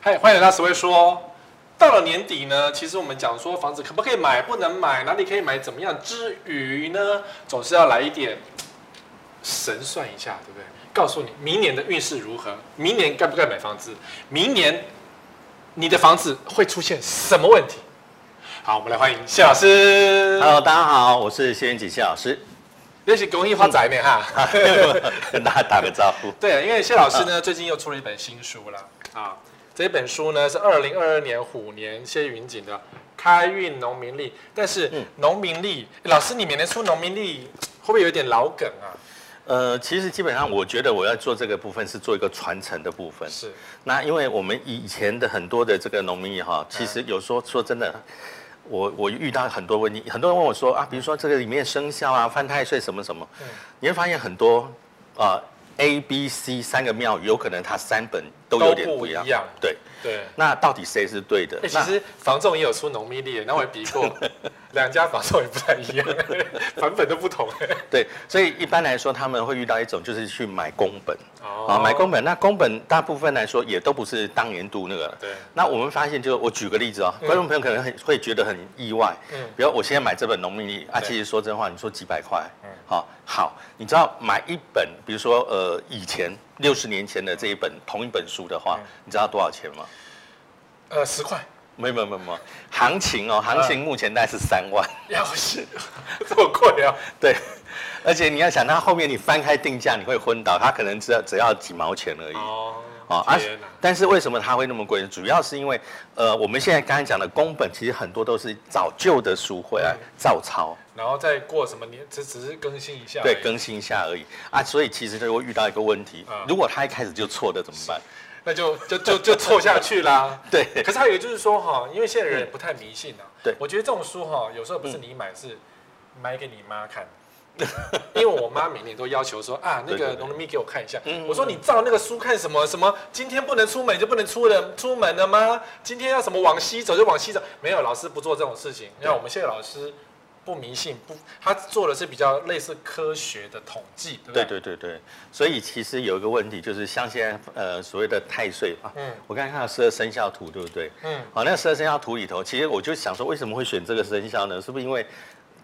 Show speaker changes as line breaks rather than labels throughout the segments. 嗨，欢迎来到十位说。到了年底呢，其实我们讲说房子可不可以买，不能买，哪里可以买，怎么样之余呢，总是要来一点神算一下，对不对？告诉你明年的运势如何，明年该不该买房子，明年你的房子会出现什么问题？好，我们来欢迎谢老师。
Hello，大家好，我是谢元景谢老师，
那是公益花仔呢哈。
跟大家打个招呼。
对，因为谢老师呢，最近又出了一本新书了啊。这本书呢是二零二二年虎年谢云锦的《开运农民历》，但是
嗯
农民历，老师你每年出农民历会不会有点老梗啊？
呃，其实基本上我觉得我要做这个部分是做一个传承的部分。
是，
那因为我们以前的很多的这个农民也哈，其实有时候说真的，我我遇到很多问题，很多人问我说啊，比如说这个里面生肖啊、犯太岁什么什么，你会发现很多啊、A、B、C 三个庙，有可能它三本都有点
都不
不一样。
一样
对，
对。
那到底谁是对的？
哎、其
那
实房仲也有出农民历，那我也比过，两家房仲也不太一样， 版本都不同。
对，所以一般来说他们会遇到一种就是去买公本。啊，
哦
买宫本，那宫本大部分来说也都不是当年度那个。
对
那我们发现，就是我举个例子哦，观众朋友可能很会觉得很意外。
嗯
比如我现在买这本《农民历》
对
啊，
嗯
其实说真话，你说几百块，好、好，你知道买一本，比如说呃以前六十年前的这一本同一本书的话，
嗯
你知道多少钱吗？
呃，十块，
没有没有没有没有，行情
嗯
哦，行情目前大概是三万。
要是这么贵啊？
对，而且你要想，它后面你翻开定价，你会昏倒，它可能只要只要几毛钱而已。
哦，
啊啊
天哪！！
但是为什么它会那么贵？主要是因为，呃，我们现在刚才讲的宫本，其实很多都是找旧的书回哎
嗯
来照抄，
然后再过什么年，这只是更新一下而已。
对，更新一下而已啊。所以其实就会遇到一个问题
嗯，
如果他一开始就错的怎么办？
那就就就就凑下去啦。
对嗯
可是还有一个就是说哈，因为现在人也不太迷信啊。
对嗯
我觉得这种书哈，有时候不是你买，是买给你妈看。因为我妈每年都要求说啊，那
对对
个
对
农民给我看一下
嗯。
我说你照那个书看什么？什么今天不能出门就不能出人出门了吗？今天要什么往西走就往西走？没有，老师不做这种事情。因为我们现在老师不迷信，不，他做的是比较类似科学的统计，对不
对
对？
对对对，所以其实有一个问题，就是像现在呃所谓的太岁啊，
嗯
我刚才看到十二生肖图，对不对？
嗯
好，那十二生肖图里头，其实我就想说，为什么会选这个生肖呢？是不是因为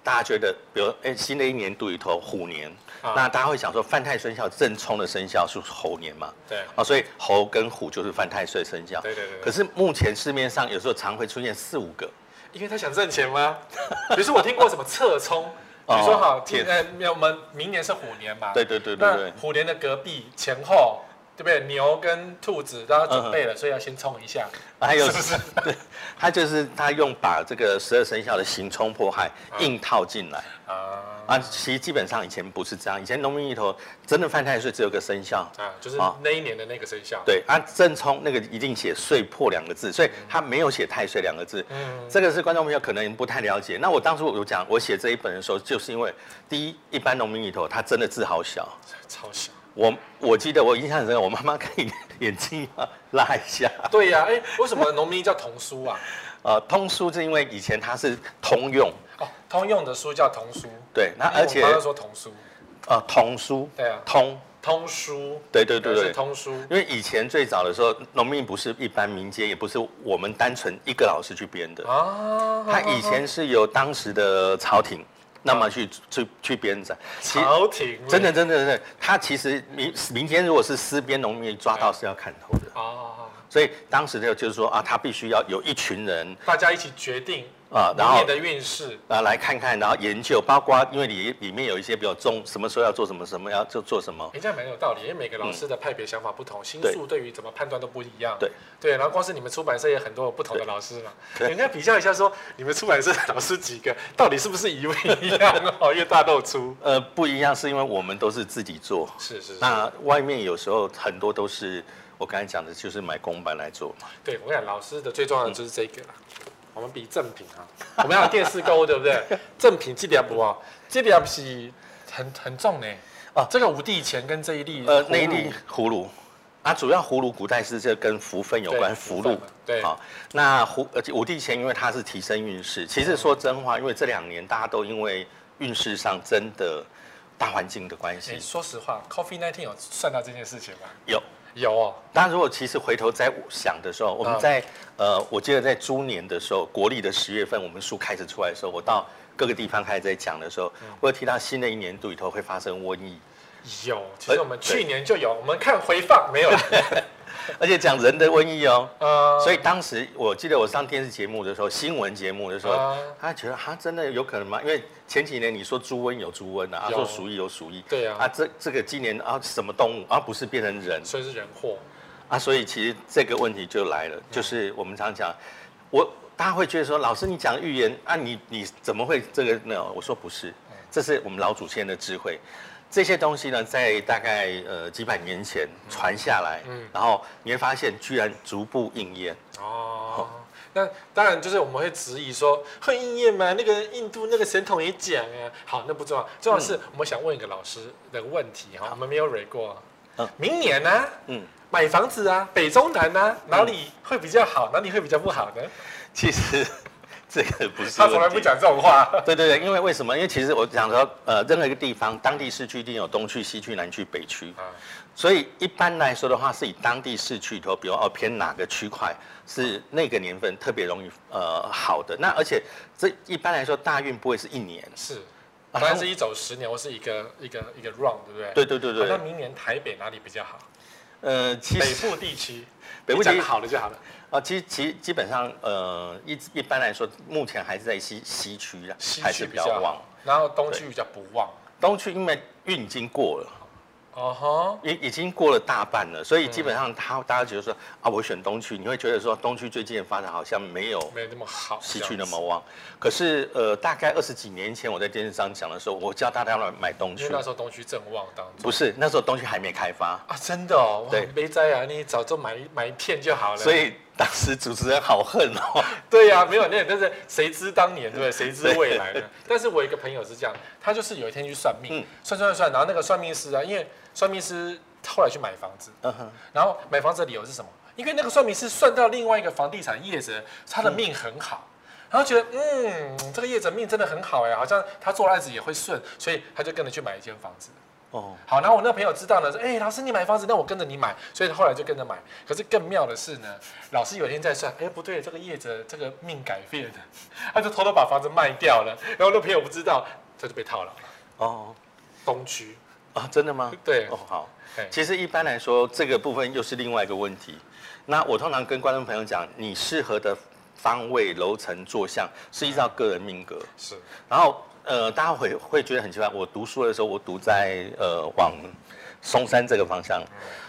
大家觉得，比如哎、新的一年度里头虎年，
啊
那大家会想说，犯太生肖正冲的生肖是猴年嘛？
对
啊，所以猴跟虎就是犯太岁生肖。
对对对对
可是目前市面上有时候常会出现四五个，
因为他想挣钱吗？ 比如说我听过什么侧冲，比如说哈，今
天
呃，没有我们明年是虎年嘛，
哦对对对对啊
那
对
虎年的隔壁前后，对不对？牛跟兔子都要准备了，所以要先冲一下。
还有
是不是？
对，他就是他用把这个十二生肖的刑冲迫害硬套进来。
啊
啊，其实基本上以前不是这样，以前农民里头真的犯太岁只有个生肖，
啊，就是
啊
那一年的那个生肖。
对啊，正冲那个一定写岁破两个字，所以他没有写太岁两个字。
嗯
这个是观众朋友可能不太了解。那我当初我讲我写这一本的时候，就是因为第一，一般农民里头他真的字好小，
超小。
我我记得我印象很深，我妈妈 看眼眼睛要拉一下。
对呀、哎、为什么农民叫童书啊？
呃，通书是因为以前它是通用，
哦，通用的书叫童书。
对，那
因为
啊而且
我妈妈说童书，
呃通书，
对啊
通，
通书。
对对对对
是通书。
因为以前最早的时候，农民不是一般民间，也不是我们单纯一个老师去编的，
啊，
他以前是由当时的朝廷那么去去去编的。其实
朝廷
真的真的真的，他其实民民间如果是私编农民抓到是要砍头的，
啊，
所以当时就就是说啊，他必须要有一群人
大家一起决定
啊，
明
然后
年的运势。
啊，来看看，然后研究，包括因为里里面有一些比较重，什么时候要做什么，什么要做做什么，
哎，这样蛮有道理，因为每个老师的派别想法不同，星
嗯对
宿对于怎么判断都不一样。
对
对，然后光是你们出版社也很多有不同的老师嘛，人家比较一下说，你们出版社的老师几个到底是不是一位一样 哦？因为大家都有出，
呃，不一样是因为我们都是自己做，
是是是，
那外面有时候很多都是我刚才讲的，就是买公版来做嘛。
对我跟你讲，老师的最重要的就是这个啦。
嗯
我们比正品啊，我们要有电视购物，对不 对？正品这点不啊，这点是很很重呢。啊
啊，
这个五帝钱跟这一粒
呃，
葫芦
内地葫芦啊，主要葫芦古代是这跟福分有关，
对
福
福分
禄
嘛对
好，那胡呃五帝钱因为它是提升运势，其实说真话，因为这两年大家都因为运势上真的大环境的关系
诶，说实话，Coffee Nineteen 有算到这件事情吗？
有
有哦，
大家如果其实回头再想的时候，
嗯
我们在、呃，我记得在猪年的时候，国历的十月份，我们书开始出来的时候，我到各个地方开始在讲的时
嗯
候，我有提到新的一年度里头会发生瘟疫，
有。其实我们
对
去年就有，我们看回放没有了。
而且讲人的瘟疫 哦。
呃，
所以当时我记得我上电视节目的时候，新闻节目的时候，
啊
他觉得他真的有可能吗？因为前几年你说猪瘟有猪瘟啊，啊
有
说鼠疫有鼠疫，
对啊
啊这这个今年啊什么动物啊不是变成人
所以是人祸。
啊，所以其实这个问题就来
嗯
了，就是我们常讲，我大家会觉得说，老师你讲预言啊，你你怎么会这个呢？我说不是，
嗯
这是我们老祖先的智慧。这些东西呢，在大概呃几百年前传下来，
嗯
然后你会发现居然逐步应验。
哦，那当然就是我们会质疑说，会应验吗？那个印度那个神童也讲啊。好，那不重要，重要是我们想问一个老师的问题哈，我们没有蕊过。
嗯
明年呢、啊？
嗯，
买房子啊，北中南啊，哪里会比较好，哪里会比较不好呢？
其实这个不是
他从来
问题
不讲这种话。
对对对，因为为什么？因为其实我讲说，呃，任何一个地方，当地市区一定有东区、西区、南区、北区，
啊，
所以一般来说的话，是以当地市区里头，比如哦偏哪个区块是那个年份特别容易呃好的。那而且这一般来说大运不会是一年，
是，
啊
当然是一走十年，或是一个一个一个 round，对不对？
对对对
好那
对，
明年台北哪里比较好？
呃，其
北
实
部地 区，
北部
你
地
讲
区
好的就好了。
啊，其实其实基本上呃一一般来说，目前还是在西西区啦，
西
还
区
是
比
比
较
较
好
旺。，
然后东区比较不旺。
东区因为运已经过了。
哦吼，
已已经过了大半了，所以
嗯
基本上他大家觉得说啊，我选东区，你会觉得说东区最近的发展好像没有
没有那么好，
西
这
区
样
那
子
么旺。可是呃，大概二十几年前我在电视上讲的时候，我叫大家来买东
因为
区，
那时候东区正旺当中。
不是那时候东区还没开发，
啊，真的哦，哇
对，
没在啊，你早就买一买一片就好了。
所以当时主持人好恨哦。
对呀、没有那，但是谁知当年对不对？谁知未来呢？ 但是我有一个朋友是这样，他就是有一天去算命，
嗯
算算算，然后那个算命师啊，因为算命师后来去买房子，
嗯哼，
然后买房子的理由是什么？因为那个算命师算到另外一个房地产业者，他的命很好，然后觉得嗯，这个业者命真的很好哎，好像他做案子也会顺，所以他就跟着去买一间房子。
哦，
好，然后我那朋友知道了，说：“哎、老师你买房子，那我跟着你买。”所以后来就跟着买。可是更妙的是呢，老师有一天在算，哎、不对，这个业者这个命改变了，他就偷偷把房子卖掉了。然后那朋友不知道，他就被套牢了。
哦，
东区，
啊，真的吗？
对
哦，好。
哎、
其实一般来说，这个部分又是另外一个问题。那我通常跟观众朋友讲，你适合的方位、楼层、坐向是依照
嗯
个人命格。
是
然后呃，大家会会觉得很奇怪。我读书的时候，我读在呃往松山这个方向，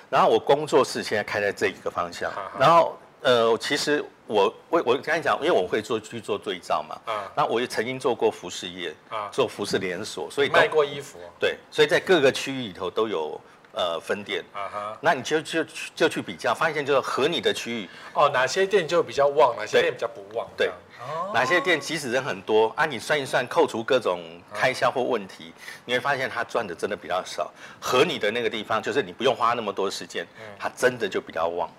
然后我工作室现在开在这一个方向
好好，
然后呃，其实我我我刚才讲，因为我会做去做对照嘛，
啊
那我也曾经做过服饰业，
啊，
做服饰连锁，所以都
卖过衣服
对，所以在各个区域里头都有呃分店。
啊哈，
那你就就就去比较，发现就是和你的区域
哦，哪些店就比较旺，哪些
对
店比较不旺？
对
这样哦，
哪些店即使人很多啊，你算一算，扣除各
嗯
种开销或问题，你会发现他赚的真的比较少。合你的那个地方，就是你不用花那么多时间，
嗯
他真的就比较旺。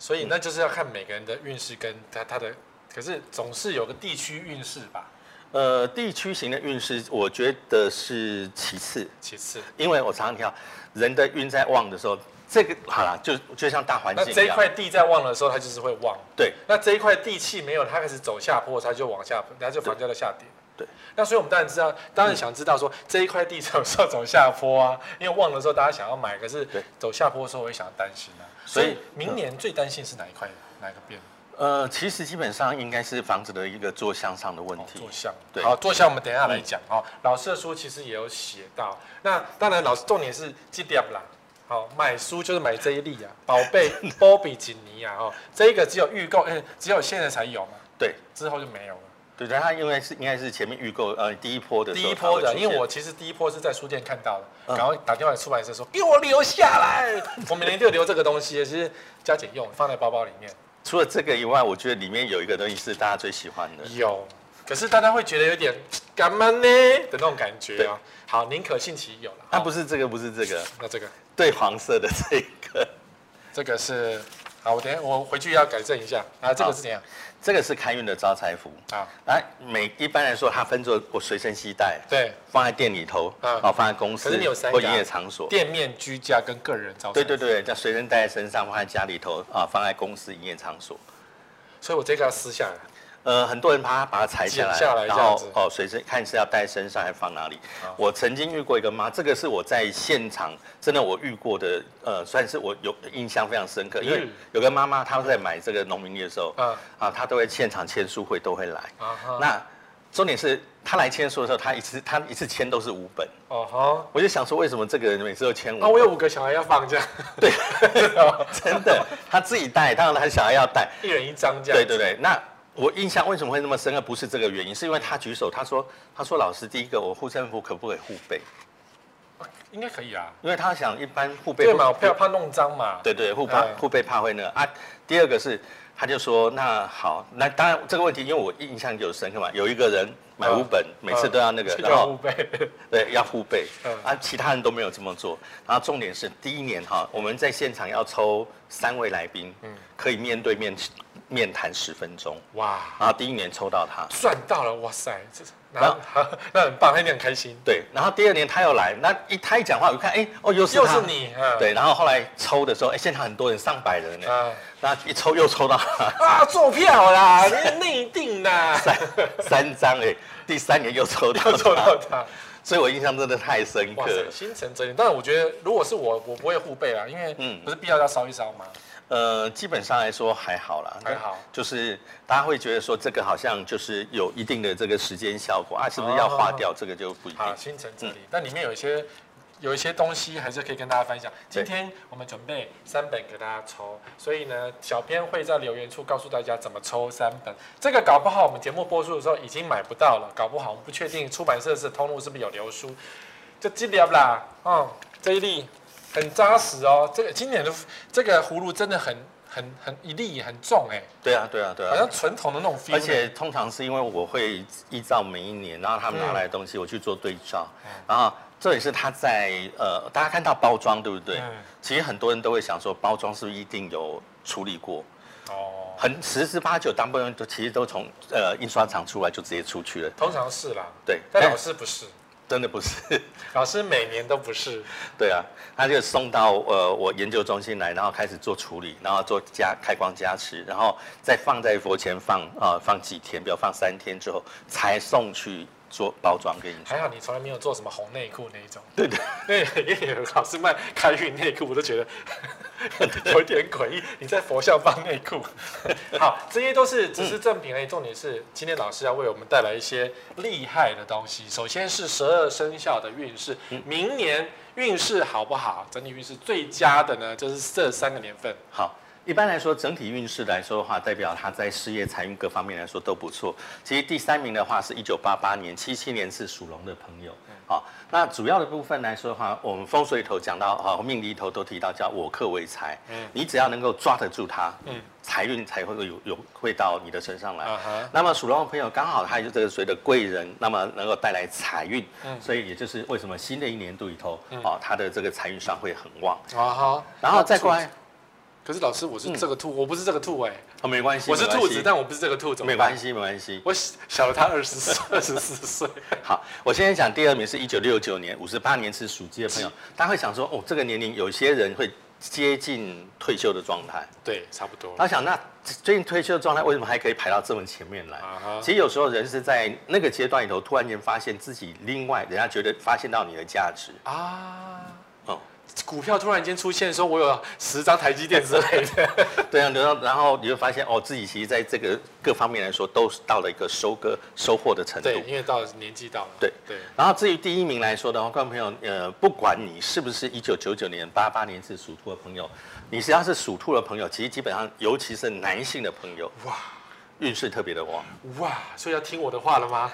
所以那就是要看每个人的运势跟他他的，可是总是有个地区运势吧。
呃，地区型的运势，我觉得是其次，
其次，
因为我常常听到人的运在旺的时候，这个好了，就就像大环
那
境
这
一
一
样，
块地在旺的时候，它就是会旺。
对
那这一块地气没有，它开始走下坡，它就往下，它就房价就下跌。
对，嗯
那所以我们当然知道，当然想知道说这一块地什么时候走下坡啊？因为旺的时候大家想要买，可是
对
走下坡的时候我也想要担心啊。所
所以
以明年最担心是哪一块哪一个变？
呃，其实基本上应该是房子的一个坐向上的问
哦
题。
坐向，
对
好，坐向我们等一下来讲哦。老师的书其实也有写到，那当然老师重点是这点啦。好，买书就是买这一例 啊，宝贝波比锦尼啊，哦，这个只有预购，哎、只有现在才有嘛，
对
之后就没有了。
对，但它因为是应该是前面预购呃第一波的时
第
候
一
它
波
会
的，
出
因为
现
我其实第一波是在书店看到的，
嗯
然后打电话给出版社说给我留下来， 我每年就留这个东西，其实加减用，放在包包里面
除了这个以外，我觉得里面有一个东西是大家最喜欢的，
有，可是大家会觉得有点干嘛呢的那种感觉啊。好，宁可信其有了。
啊，不
是，
是这个，不是这个，
那这个
对黄色的这个，
这个是啊、好，我等一下我回去要改正一下啊，这个是怎样
这个是开运的招财符。
啊？
来，每一般来说，它分作我随身携带，
对，
放在店里头，
嗯
哦，放在公司
可是你有三个
或
啊
营业场所。
店面、居家跟个人招财，
对对对，叫随身带在身上，放在家里头啊，放在公司营业场所。
所以我这个要撕下来。
呃，很多人把它把它裁下来，
剪下来
然
这样
后
子啊
哦，随身看是要带身上还是放哪里
好。
我曾经遇过一个妈，这个是我在现场真的我遇过的，呃，算是我有印象非常深刻，因为
嗯
有个妈妈她在买这个农民历的时候，
啊
啊，她都会现场签书会都会来。
啊哈，
那重点是她来签书的时候，她一次她一次签都是五本，
哦哈，
我就想说为什么这个人每次都签五
那
本？
啊我有五个小孩要放这样，
真的，她自己带，当然她想要带，
一人一张这样。
对对对，那我印象为什么会那么深刻？不是这个原因，是因为他举手，他说：“他说老师，第一个我护身符可不可以护背？
应该可以啊。
因为他想一般护背
对嘛，我怕怕弄脏嘛。
对对护怕
嗯
护背怕会那个啊。第二个是，他就说那好，那当然这个问题，因为我印象有深刻嘛，有一个人买嗯五本，每次都要那个，
这
然
叫
后
五倍。
对，要互背
嗯。
啊，其他人都没有这么做。然后重点是第一年哈，我们在现场要抽三位来宾，可以面对面面谈十分钟。
哇，
然后第一年抽到他，
赚到了！哇塞，这那
然
那很棒，他一定很开心。
对。然后第二年他又来，那一他一讲话，我就看，哎，哦，又是
又
他
是。你，嗯，
对，然后后来抽的时候，哎，现场很多人，上百人呢。
啊
那一抽又抽到 他
啊，做票啦，那内定 啦，
三三张，哎，第三年又抽 到
要做
他
到，他。
所以我印象真的太深刻
哇塞，。
了
心诚则灵。但我觉得，如果是我，我不会互背啦，因为
嗯
不是必要要烧一烧吗？
呃，基本上来说还好啦，
还好
就是大家会觉得说这个好像就是有一定的这个时间效果啊，是不是要化掉？这个就不一定
好，。心诚则灵。但里面有一些有一些东西还是可以跟大家分享。今
对
天我们准备三本给大家抽，所以呢，小编会在留言处告诉大家怎么抽三本。这个搞不好我们节目播出的时候已经买不到了，搞不好我们不确定出版社是通路是不是有流书，就记得啦。嗯，这一粒很扎实哦，这个今年的这个葫芦真的很很很一粒很重哎、
对啊，对啊，对
好
啊
像。传统的那种 feel 呢。
而且通常是因为我会依照每一年，然后他们拿来的东西，我去做对照。
嗯
然后这也是他在呃，大家看到包装对不对
嗯？
其实很多人都会想说，包装是不是一定有处理过？
哦，
很十之八九，大部分都其实都从呃印刷厂出来就直接出去了。
通常是啦，
对，
但
但
老师不是，
真的不是。
老师每年都不是。
对啊，他就送到呃我研究中心来，然后开始做处理，然后做加开光加持，然后再放在佛前放啊、呃放几天，比如放三天之后才送去做包装给你穿。
还好你从来没有做什么红内裤那一种。对的，对，因为有老师卖开运内裤，我都觉得 有点诡异。你在佛像放内裤，好，这些都是只是正品而已。重点是今天老师要为我们带来一些厉害的东西。首先是十二生肖的运势，明年运势好不好？整体运势最佳的呢，就是这三个年份。
好，一般来说整体运势来说的话，代表他在事业、财运各方面来说都不错。其实第三名的话是一九八八年，七七年是属龙的朋友。
嗯
好，那主要的部分来说的话，我们风水头讲到啊，命理头都提到叫我克为财，
嗯
你只要能够抓得住它，
嗯
财运才会有有会到你的身上来。
啊哈，
那么属龙的朋友刚好他就这个随着贵人，那么能够带来财运，
嗯
所以也就是为什么新的一年度里头，哦，他的这个财运上会很旺。
啊哈，
然后再过来，嗯
可是老师，我是这个兔，我不是这个兔哎、
哦，没关系，
我是
没关
兔
系
子，但我不是这个兔，怎么
没
办
关？系，没关系。
我小了他二十四 二十四岁。
好，我现在讲第二名是一九六九年，五十八年是属鸡的朋友，大家会想说，哦，这个年龄有些人会接近退休的状态。
对，差不多。
他想，那最近退休的状态为什么还可以排到这么前面来？
啊哈
其实有时候人是在那个阶段里头，突然间发现自己另外，人家觉得发现到你的价值。
啊，
哦，
股票突然间出现，说我有十张台积电之类 的。
对啊，然后然后你就发现哦，自己其实在这个各方面来说，都是到了一个收割收获的程度。
对，因为到了年纪到了。
对
对，
然后至于第一名来说的话，观众朋友，呃，不管你是不是一九九九年、八八年是属兔的朋友，你只要是属兔的朋友，其实基本上，尤其是男性的朋友，
哇
运势特别的旺。
哇，所以要听我的话了吗？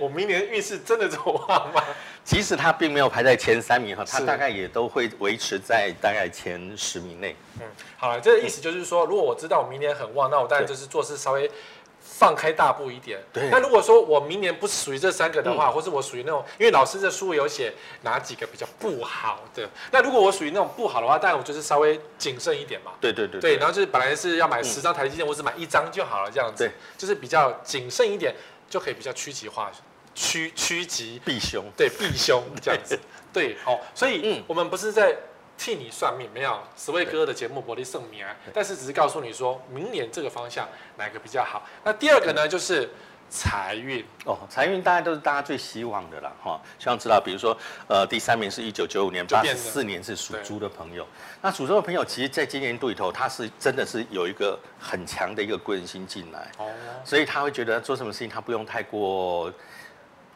我明年运势真的走旺吗？
即使他并没有排在前三名哈，他
是
大概也都会维持在大概前十名内。
嗯，好了，这个意思就是说，如果我知道我明年很旺，那我当然
对
就是做事稍微放开大步一点。
对嗯
那如果说我明年不是属于这三个的话，或是我属于那种，因为老师这书有写哪几个比较不好的。那如果我属于那种不好的话，当然我就是稍微谨慎一点嘛。
对对对嗯
对，然后就是本来是要买十张台积电，我只买一张就好了，这样子
对，
就是比较谨慎一点，就可以比较趋吉化趋趋吉
避凶。啊
对避凶这样子， 对，好、所以
嗯
我们不是在替你算命，没有十位哥的节目《伯利圣明》啊，但是只是告诉你说明年这个方向哪个比较好。那第二个呢，就是财运，
哦，财运大概都是大家最希望的啦，哈、希望知道，比如说，呃，第三名是一九九五年，
就
八
变
十
了
四年是属
对
猪的朋友。那属猪的朋友，其实在今年度里头，他是真的是有一个很强的一个贵人心进来，
哦，
所以他会觉得做什么事情，他不用太过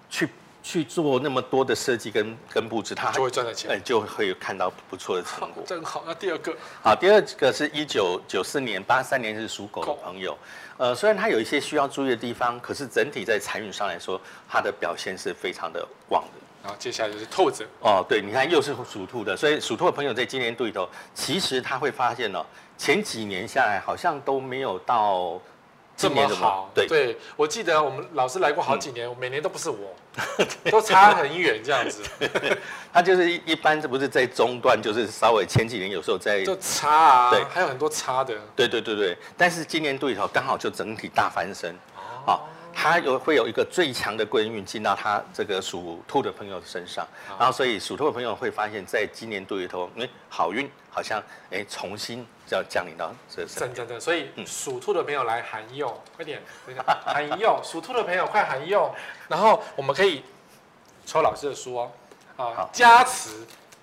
去去做那么多的设计跟跟布置，他
哦就会赚到钱
哎就会看到不错的成果。
真好。那第二个，
好，第二个是一九九四年、八三年是属狗的朋友，呃，虽然他有一些需要注意的地方，可是整体在财运上来说，他的表现是非常的旺的。
然后接下来就是透子，
哦，对，你看又是属兔的，所以属兔的朋友在今年度里头，其实他会发现哦，前几年下来好像都没有到
这
今
么
年的
好，
对，
我记得我们老师来过好几年，每年都不是我，都差很远这样子，
他就是一一般这不是在中段，就是稍微前几年有时候在
就差啊
对，
还有很多差的，
对对对对，但是今年度里头刚好就整体大翻身，
哦
啊，他有会有一个最强的贵运进到他这个属兔的朋友身上，
好
然后所以属兔的朋友会发现，在今年度里头，哎，好运好像哎重新要降临到这身
真真真，所以
嗯
属兔的朋友来含用，快点，等一下含 用，属兔的朋友快含用，然后我们可以抽老师的书哦，啊
好，
加持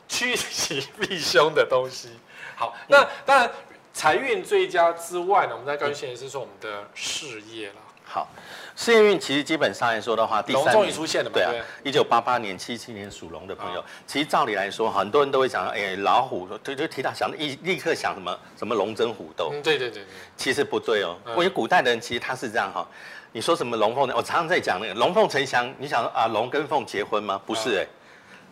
趋吉避凶的东西。好，
嗯
那当然财运最佳之外呢，我们在高兴也是说我们的事业啦，
好。事业运其实基本上来说的话，第
龙
三
终于
名
出现了嘛，
对
对
啊
不对，
一九八八年、七七年属龙的朋友
啊，
其实照理来说，很多人都会想到，哎，老虎就就提到想立立刻想什么什么龙争虎斗，
嗯，对对对对，
其实不对哦，
嗯
因为古代的人其实他是这样哈、你说什么龙凤，我常常在讲那个龙凤呈祥，你想说啊龙跟凤结婚吗？不
嗯
是哎、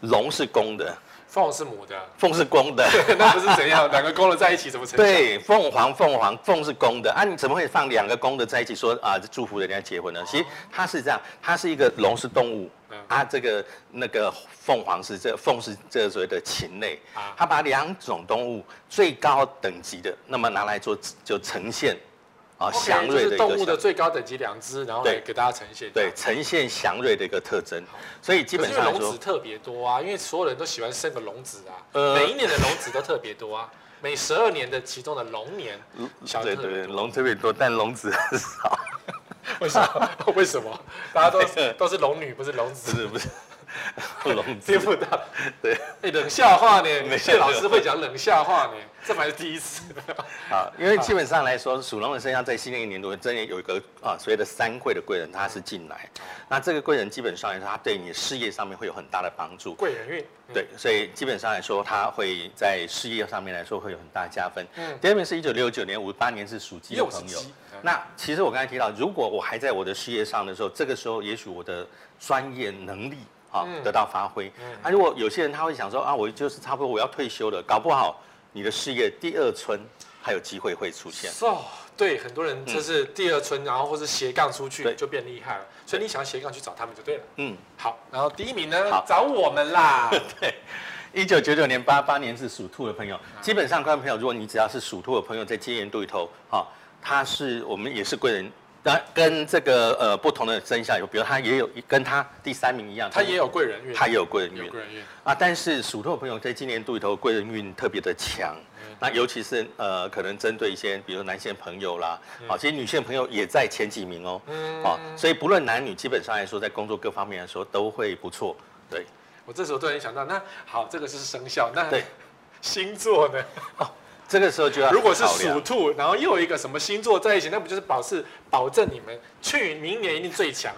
龙是公的，
凤是母的，
凤是公的，
那不是怎样，两个公的在一起怎么成祥？
对，凤凰凤凰凤是公的啊，你怎么会放两个公的在一起说啊祝福人家结婚呢？其实它是这样，它是一个龙是动物
哦嗯。
啊，这个那个凤凰是这凤是这所谓的禽类
啊，
它把两种动物最高等级的，那么拿来做就呈现啊
OK，
祥
就
瑞的
是
一
动
个
物
祥
的最高等级两只，然后来
对
给大家呈现。
对，呈现祥瑞的一个特征。所以基
可
本
是因为
上来
龙子
说，
特别多啊，因为所有人都喜欢生个龙子啊，
呃
每一年的龙子都特别多啊，每十二年的其中的龙年，小
嗯对
特
对
别
对，
多。
龙特别多，但龙子很少，
为什 么？ 为什么？大家都都是龙女，不是龙
不
子。
是 不是，龙
听
子
不到，
对
哎、冷笑话呢？
有
谢老师会讲冷笑话呢，这还是第一次。
啊，因为基本上来说，属龙的身上在新的一年度，真的有一个啊所谓的三贵的贵人，他是进来。那这个贵人基本上来说，他对你事业上面会有很大的帮助。
贵人运，嗯，
对，所以基本上来说，他会在事业上面来说会有很大加分。
嗯
第二名是一九六九年、五八年是属鸡的
又是
朋友
鸡。嗯
那其实我刚才提到，如果我还在我的事业上的时候，这个时候也许我的专业能力啊、
嗯
得到发挥
嗯。
啊，如果有些人他会想说啊，我就是差不多我要退休了，搞不好你的事业第二春还有机会会出现。
so, 嗯哦对，很多人就是第二春，然后或是斜杠出去
嗯对
就变厉害了，所以你想要斜杠去找他们就对了。
嗯，
好，然后第一名呢
好，
找我们 啦。
一九九九年、八八年是属兔的朋友，基本上观众朋友，如果你只要是属兔的朋友，在今年度里头，哈、他是我们也是贵人，那跟这个呃不同的生肖有，比如他也有跟他第三名一样，
他也有贵人运，
他也有贵人
有
运
贵人运，
啊，但是属兔的朋友在今年度里头贵人运特别的强，
嗯
那尤其是呃可能针对一些比如男性朋友啦，
嗯
啊，其实女性朋友也在前几名哦，啊，所以不论男女，基本上来说，在工作各方面来说都会不错，对。
我这时候突然想到，那好，这个是生肖，那
对
星座 呢？
这个时候就要
如果是
考量
属兔，然后又有一个什么星座在一起，那不就是保是保证你们去明年一定最 强？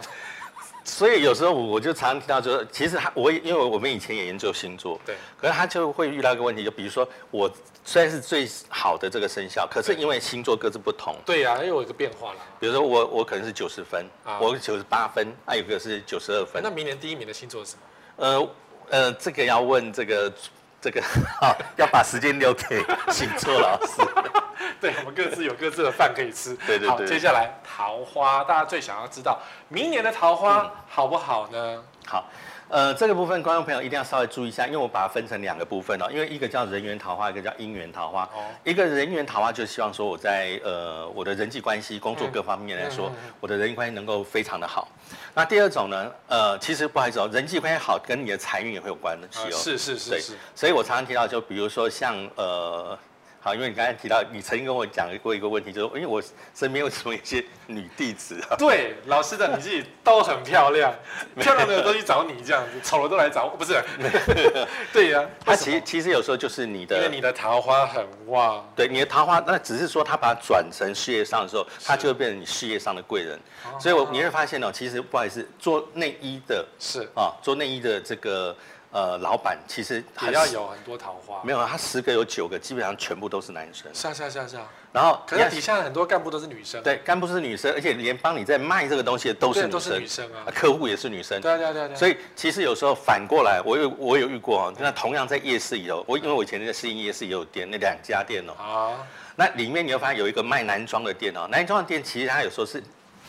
所以有时候我我就常常听到说，其实他我也因为我们以前也研究星座，
对，
可是他就会遇到一个问题，就比如说我虽然是最好的这个生肖，可是因为星座各自不同，
对呀、又有一个变化了。
比如说我我可能是九十分，
啊
我九十八分，还、有一个是九十二分
那，明年第一名的星 座是什么？
呃呃，这个 要问这个这个、啊、要把时间留给星座老师，
对， 我们各自有各自的饭可以吃。
对对
好，
对
接下来桃花，大家最想要知道明年的桃花
嗯
好不好呢？
好，呃，这个部分观众朋友一定要稍微注意一下，因为我把它分成两个部分哦，因为一个叫人缘桃花，一个叫姻缘桃花。
哦，
一个人缘桃花，就希望说我在呃我的人际关系、工作
嗯
各方面来说，
嗯嗯嗯
我的人际关系能够非常的好。那第二种呢，呃，其实不好意思哦，人际关系好跟你的财运也会有关系
呃
哦。
是是是
对
是，
所以我常常提到，就比如说像呃，好，因为你刚才提到，你曾经跟我讲过一个问题，就是因为我身边为什么有一些女弟子啊，
对，老师的你自己都很漂 亮，漂亮的都去找你这样子，丑的都来找我，不是？ 对 呀、
她
为
其
什
实
么
其实有时候就是你的
因为你的桃花很旺，
对你的桃花，那只是说他把它转成事业上的时候，他就会变成你事业上的贵人。所以我你会发现哦，其实不好意思，做内衣的
是
啊，做内衣的这个呃老板，其实
也
很
要有很多桃花。
没有啊，他十个有九个基本上全部都是男生。
是啊是啊是啊是啊，
然后
可是
你
底下很多干部都是女生，啊
对干部是女生，而且连帮你在卖这个东西的都是
对，
女
都
生，
是女生啊
啊。客户也是女生。
对啊对啊对啊对啊，
所以其实有时候反过来，我有我有遇过哦。那同样在夜市里头，我因为我以前在市营夜市也有店，那两家店哦，
啊，
那里面你会发现有一个卖男装的店哦，男装的店其实它有时候是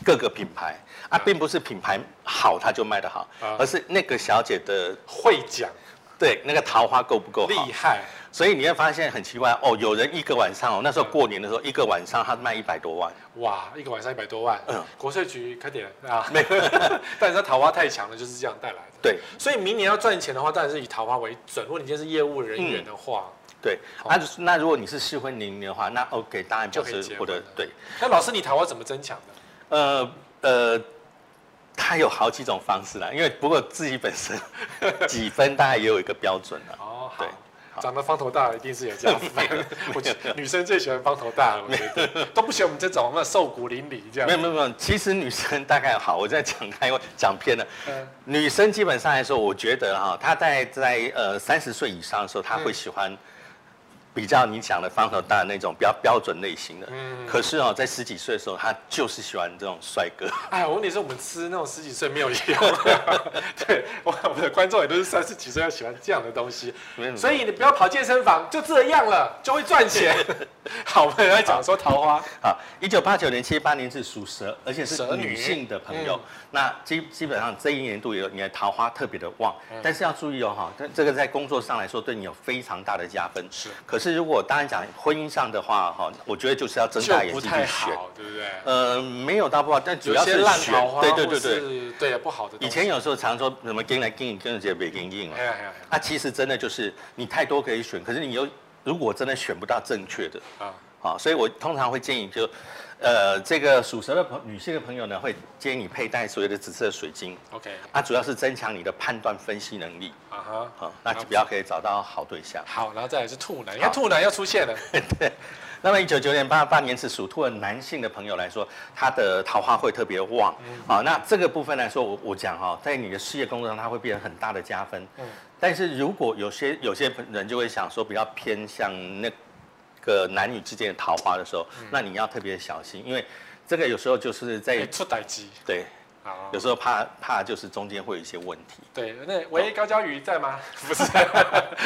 各个品牌啊，并不是品牌好它就卖得好
嗯啊，
而是那个小姐的
会讲，
对那个桃花够不够好
厉。害，
所以你会发现很奇怪哦，有人一个晚上哦，那时候过年的时候一个晚上他卖一百多万，
哇，一个晚上一百多万
嗯，
国税局快点啊！ 但你知道桃花太强了，就是这样带来的。
对
所以明年要赚钱的话，当然是以桃花为准。如果你今天是业务人员的话，
对。啊，就是那如果你是适婚年龄的话，那 OK，当然
就
就
可以
是
结
我
婚
的
了
对，
那老师你桃花怎么增强的？
呃呃。它有好几种方式啦，因为不过自己本身 几分大概也有一个标准啦。
哦，好
对。好
长得方头大的一定是有这样 子，我觉得 女生最喜欢方头大了，我觉得都不喜欢我们这种那瘦骨嶙峋这样
没。有没有没有，其实女生大概好，我在讲太因为讲偏了。
嗯
女生基本上来说，我觉得哈、她在在呃三十岁以上的时候，她会喜欢比较你讲的方头大的那种比较标准类型的。
嗯
可是哦，在十几岁的时候，她就是喜欢这种帅哥。
哎，我问题是我们吃那种十几岁没有 用，对我我们的观众也都是三十几岁要喜欢这样的东西，
没有
所以你不要跑健身房，就这样了，就会赚 钱。好，我们来讲说桃花，
啊，一九八九年、七八年是属蛇，而且是
蛇女
女性的朋友。
嗯
那基基本上这一年度有你的桃花特别的旺，
嗯
但是要注意哦哈，这这个在工作上来说对你有非常大的加分。
是
可是如果当然讲婚姻上的话哈，我觉得就是要睁
就
大眼
不
睛
太
去选。
好，对不对？
呃，没有到不好，但主
有
要
些
是
烂
选
桃花，
对对
或
对对。
是对啊不好的东西。
以前有时候常说什么跟来跟去，跟姐别跟硬啊
哎，呀哎呀
那其实真的就是你太多可以选，可是你又如果真的选不到正确的，
哎呀啊，
啊，所以我通常会建议就，呃，这个属蛇的朋女性的朋友呢，会建议你佩戴所谓的紫色水晶，
OK
啊，主要是增强你的判断分析能力，
啊哈，
啊，那就比较可以找到好对象。
好，然后再来是兔男，你看兔男要出现了，
那么一九九点八八年是属兔的男性的朋友来说，他的桃花会特别旺，
嗯
啊，那这个部分来说，我我讲哈、哦，在你的事业工作上，它会变成很大的加分。
嗯
但是如果有些有些人就会想说比较偏向那个男女之间的桃花的时候，
嗯
那你要特别小心，因为这个有时候就是在、
哎出歹机
对，
啊
有。时候怕怕就是中间会有一些问题。
对，那喂，高焦鱼在吗？ 不是，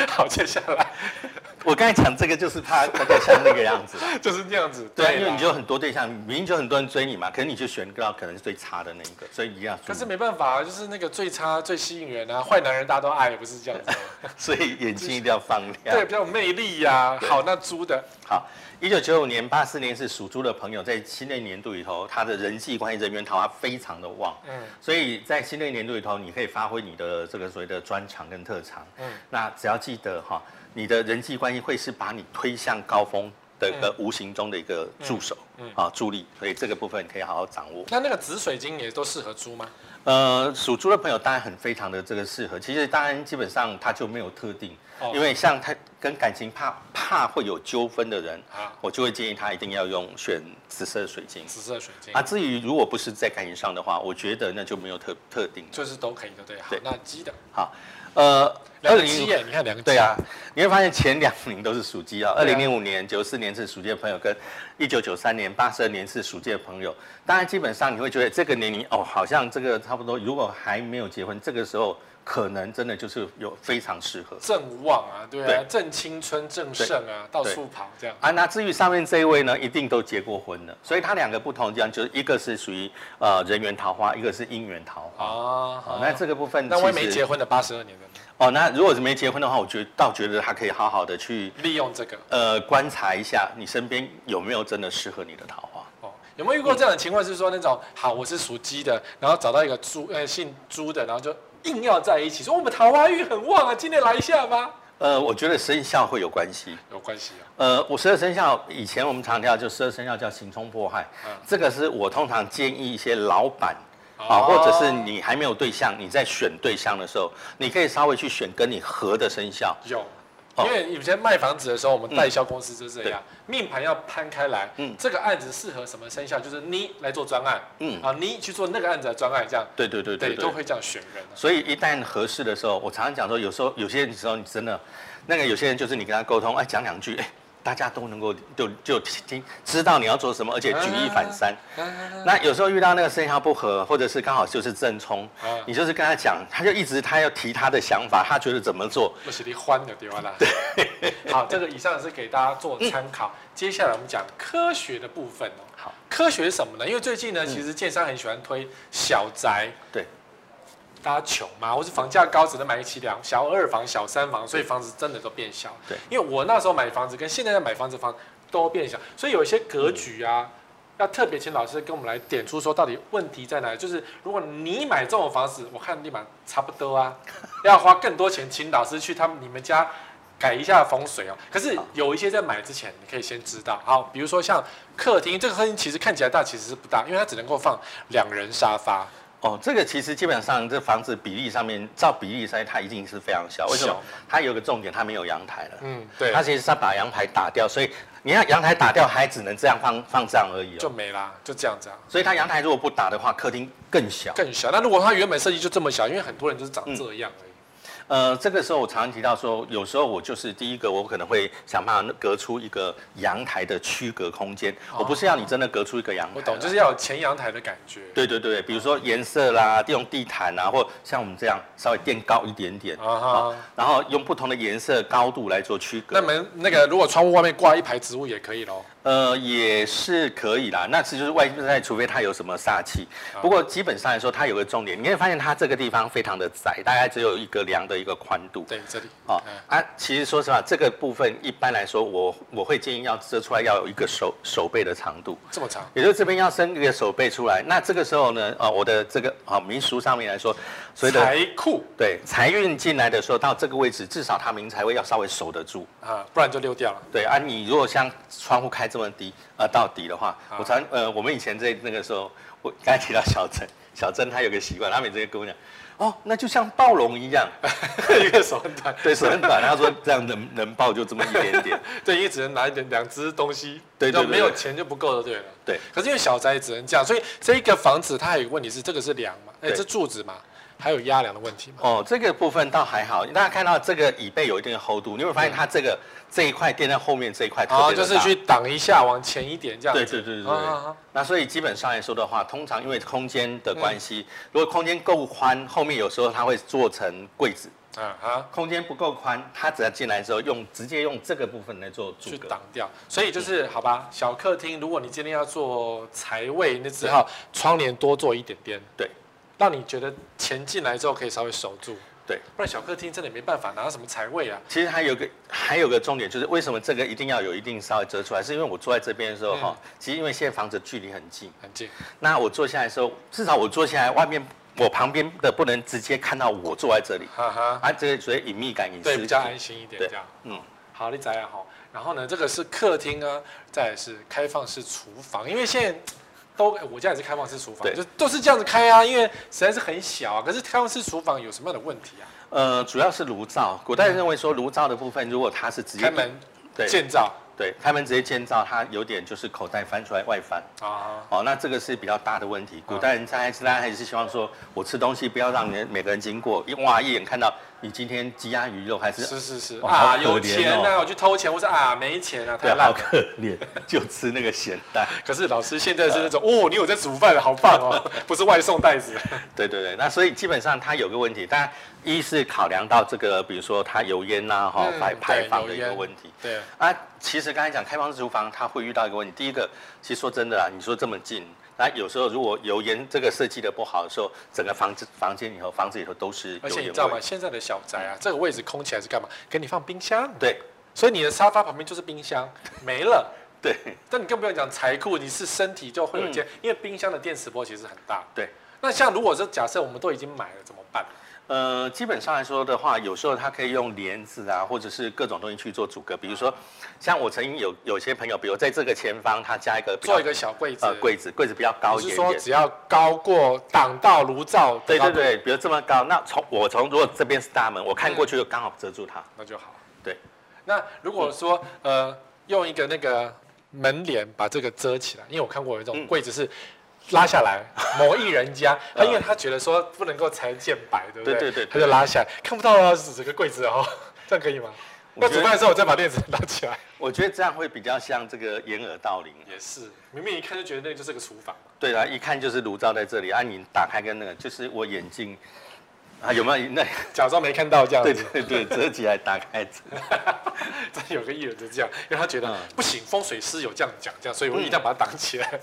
好，接下来
我刚才讲这个就是怕大家像那个样子，
就是这样子。
对啊，
啦
因为你就有很多对象，明明就很多人追你嘛，可是你就选到可能是最差的那一个，所以一定要注意。
可是没办法啊，就是那个最差、最吸引人啊，坏男人大家都爱，不是这样 子吗？
所以眼睛一定要放
对，
亮。
比较有魅力呀、好，那猪的
好，一九九五年、八四年是属猪的朋友，在新的一年度里头，他的人际关系人缘桃花非常的
嗯
旺。嗯，所以在新的一年度里头，你可以发挥你的这个所谓的专长跟特长。
嗯
嗯，那只要记得哈，你的人际关系会是把你推向高峰的一个无形中的一个助手，
嗯
嗯，啊，助力。所以这个部分你可以好好掌握。
那那个紫水晶也都适合猪吗？
呃，属猪的朋友当然很非常的这个适合。其实当然基本上他就没有特定，
哦
因为像他跟感情怕怕会有纠纷的人，
啊，
我就会建议他一定要用选紫色水晶。
紫色水晶
啊，至于如果不是在感情上的话，我觉得那就没有特特定。
就是都可以的，对。好
对，
那鸡的
好，呃，
两个鸡
2005
耶，你看两个鸡
对啊，，你会发现前两名都是属鸡啊，二
对
零
啊
零五年、九四年是属鸡的朋友，跟一九九三年、八十二年是属鸡的朋友。当然，基本上你会觉得这个年龄哦，好像这个差不多。如果还没有结婚，这个时候可能真的就是有非常适合。
正旺啊，对啊，正青春、正盛啊，到处跑这样。
啊，那至于上面这一位呢，一定都结过婚了，所以他两个不同的地方就是一个是属于呃人缘桃花，一个是姻缘桃花。
啊，
好，那这个部分
那位
其
没
实
结婚的八十二年的呢，
哦，那如果是没结婚的话，我觉得倒觉得他可以好好的去
利用这个
呃观察一下你身边有没有真的适合你的桃花。
哦，有没有遇过这样的情况？是说那种好，我是属鸡的，然后找到一个猪，呃，姓朱的，然后就硬要在一起，说我们桃花运很旺啊，今天来一下吧。
呃，我觉得生肖会有关系。
有关系啊，
呃，我十二生肖以前我们常调，就十二生肖叫刑冲迫害，
嗯
这个是我通常建议一些老板。啊，
哦
或者是你还没有对象，你在选对象的时候，你可以稍微去选跟你合的生肖。
有。
哦
因为以前卖房子的时候，我们代销公司就这样，命盘要摊开来，
嗯
这个案子适合什么生肖，就是你来做专案，
嗯
啊，你去做那个案子的专案，这样，
对对对对
都会这样选人啊、
所以一旦合适的时候，我常常讲说，有时候有些时候你真的，那个有些人就是你跟他沟通，哎，讲两句，哎，大家都能够就就听知道你要做什么，而且举一反三。
啊
那有时候遇到那个生肖不合，或者是刚好就是正冲，
啊
你就是跟他讲，他就一直他要提他的想法，他觉得怎么做，
不是你欢的地方啦。对，好，这个以上是给大家做参考。接下来我们讲科学的部分哦。
嗯好，嗯
科学是什么呢？因为最近呢，其实建商很喜欢推小宅，
对，
大家穷嘛，或是房价高，只能买得起两小二房、小三房，所以房子真的都变小。
对，
因为我那时候买房子跟现在在买房子房都变小，所以有一些格局
嗯
啊。要特别请老师跟我们来点出说到底问题在哪里？就是如果你买这种房子，我看立马差不多啊，要花更多钱请老师去他们你们家改一下风水哦。可是有一些在买之前，你可以先知道。好，比如说像客厅，这个客厅其实看起来大，其实是不大，因为它只能够放两人沙发。
哦，这个其实基本上这房子比例上面，照比例上它一定是非常小。为什么
小？
它有个重点，它没有阳台了。
嗯，对，
它其实是要把阳台打掉，所以你看阳台打掉还只能这样放放这样而已
就
哦。
没啦，就这样子啊。
所以它阳台如果不打的话，客厅更小。
更小。那如果它原本设计就这么小，因为很多人就是长这样而已。
呃，这个时候我常常提到说，有时候我就是第一个，我可能会想办法隔出一个阳台的区隔空间。我不是要你真的隔出一个阳台啦，
哦我懂，就是要有前阳台的感觉。
对对对，比如说颜色啦，用地毯啊，或像我们这样稍微垫高一点点，
啊哈，
然后用不同的颜色高度来做区
那
隔，
门那个如果窗户外面挂一排植物也可以喽。
呃，也是可以啦。那其实就是外在，除非它有什么煞气。
哦
不过基本上来说，它有个重点，你会发现它这个地方非常的窄，大概只有一个梁的一个宽度。
对，这里。
哦
嗯
啊，其实说实话，这个部分一般来说，我我会建议要遮出来要有一个手手背的长度，
这么长。
也就是这边要伸一个手背出来。那这个时候呢，啊，我的这个啊民俗上面来说，所谓的
财库
对财运进来的时候，到这个位置，至少它明财位要稍微守得住。
啊，不然就溜掉了。
对啊，你如果像窗户开这么低啊、呃到底的话，
啊
我常呃，我们以前在那个时候，我刚才提到小郑，小郑他有个习惯，他每次跟我讲，哦，那就像暴龙一样，
一个手很短。
对手很短，他说这样能能抱就这么一点点，
对，因为只能拿一点两只东西，
对对
就
对
没有
对
钱就不够了，对了。
对。
可是因为小宅也只能这样，所以这一个房子它还有一个问题是，这个是梁嘛，哎，
对
这柱子嘛，还有压梁的问题嘛。
哦，这个部分倒还好，大家看到这个椅背有一定的厚度，你会发现它这个这一块垫在后面这一块特
然后
别的
嗯哦就是
大
去挡一下，往前一点这样子。
对对对对对。
啊啊啊
那所以基本上来说的话，通常因为空间的关系，
嗯
如果空间够宽，后面有时候它会做成柜子；
啊啊！
空间不够宽，它只要进来之后用直接用这个部分来做阻
去
隔。
挡掉。所以就是好吧，小客厅，如果你今天要做财位，那只好窗帘多做一点点，
对
让你觉得钱进来之后可以稍微守住，
对。
不然小客厅真的没办法拿到什么财位啊。
其实还有个还有个重点，就是为什么这个一定要有一定稍微遮出来，是因为我坐在这边的时候哈，
嗯
其实因为现在房子距离很近，
很近，
那我坐下来的时候，至少我坐下来，外面我旁边的不能直接看到我坐在这里，
哈哈，
啊，这个所以隐秘感也
对，
是
比较安心一点
对
这样。
嗯，
好，你仔啊好。然后呢，这个是客厅啊，再来是开放式厨房，因为现在。都，哎我家也是开放式厨房，
对
就都是这样子开啊，因为实在是很小啊。可是开放式厨房有什么样的问题啊？
呃，主要是炉灶。古代人认为说炉灶的部分，如果它是直接
开门
对
建造
对开门直接建造，它有点就是口袋翻出来外翻。
啊，
哦，那这个是比较大的问题。古代人在大家还是希望说，我吃东西不要让人每个人经过，一哇一眼看到你今天鸡鸭鱼肉还是
是是是
哇好
啊，
可
有
怜
钱呐、
哦
我去偷钱，或是啊没钱啊，
对
太
啊，
烂
好
了。
可怜，就吃那个咸蛋。
可是老师现在是那种哦，你有在煮饭，好棒哦， 不是外送袋子。
对对对，那所以基本上它有个问题，当然一是考量到这个，比如说它油烟呐、哈、
嗯
排
对
排放的一
油
个
烟
问题。
对，
啊，其实刚才讲开放式厨房，它会遇到一个问题。第一个，其实说真的啊，你说这么近，那有时候如果油烟这个设计的不好的时候，整个房子房间里头房子里头都是
而
油
且你
烟
知道吗？
味。
现在的小宅啊，这个位置空起来是干嘛？给你放冰箱，
对
所以你的沙发旁边就是冰箱，没了。
对
但你更不用讲财库，你是身体就会有件，因为冰箱的电磁波其实很大。
对，
那像如果是假设我们都已经买了怎么办？
呃，基本上来说的话，有时候它可以用帘子啊，或者是各种东西去做阻隔。比如说，像我曾经有有些朋友，比如在这个前方，他加一个比较
做一个小柜子，
呃柜子，柜子比较高
我是
一点
说
点。
只要高过挡到炉灶，
对对，对，比如这么高，那从我从如果这边是大门，我看过去就刚好遮住它。
那就好。
对，
那如果说呃用一个那个门帘把这个遮起来，因为我看过有一种
嗯
柜子是拉下来，某一人 家，他
呃
因为他觉得说不能够裁见白，对不对？
对对对
他就拉下来，看不到啊，整个柜子哦， 这样可以吗？
我
那
觉
煮
得
饭的时候我再把帘子拉起来。
我觉得这样会比较像这个掩耳盗铃。
也是，明明一看就觉得那个就是个厨房嘛。
对啦，啊一看就是炉灶在这里啊，你打开跟那个就是我眼镜啊有没有 那
假装没看到这样
对
子，
对对遮起来打开，
真的有个艺人就这样，因为他觉得、
嗯
不行，风水师有这样讲，这样，所以我一定要把它挡起来。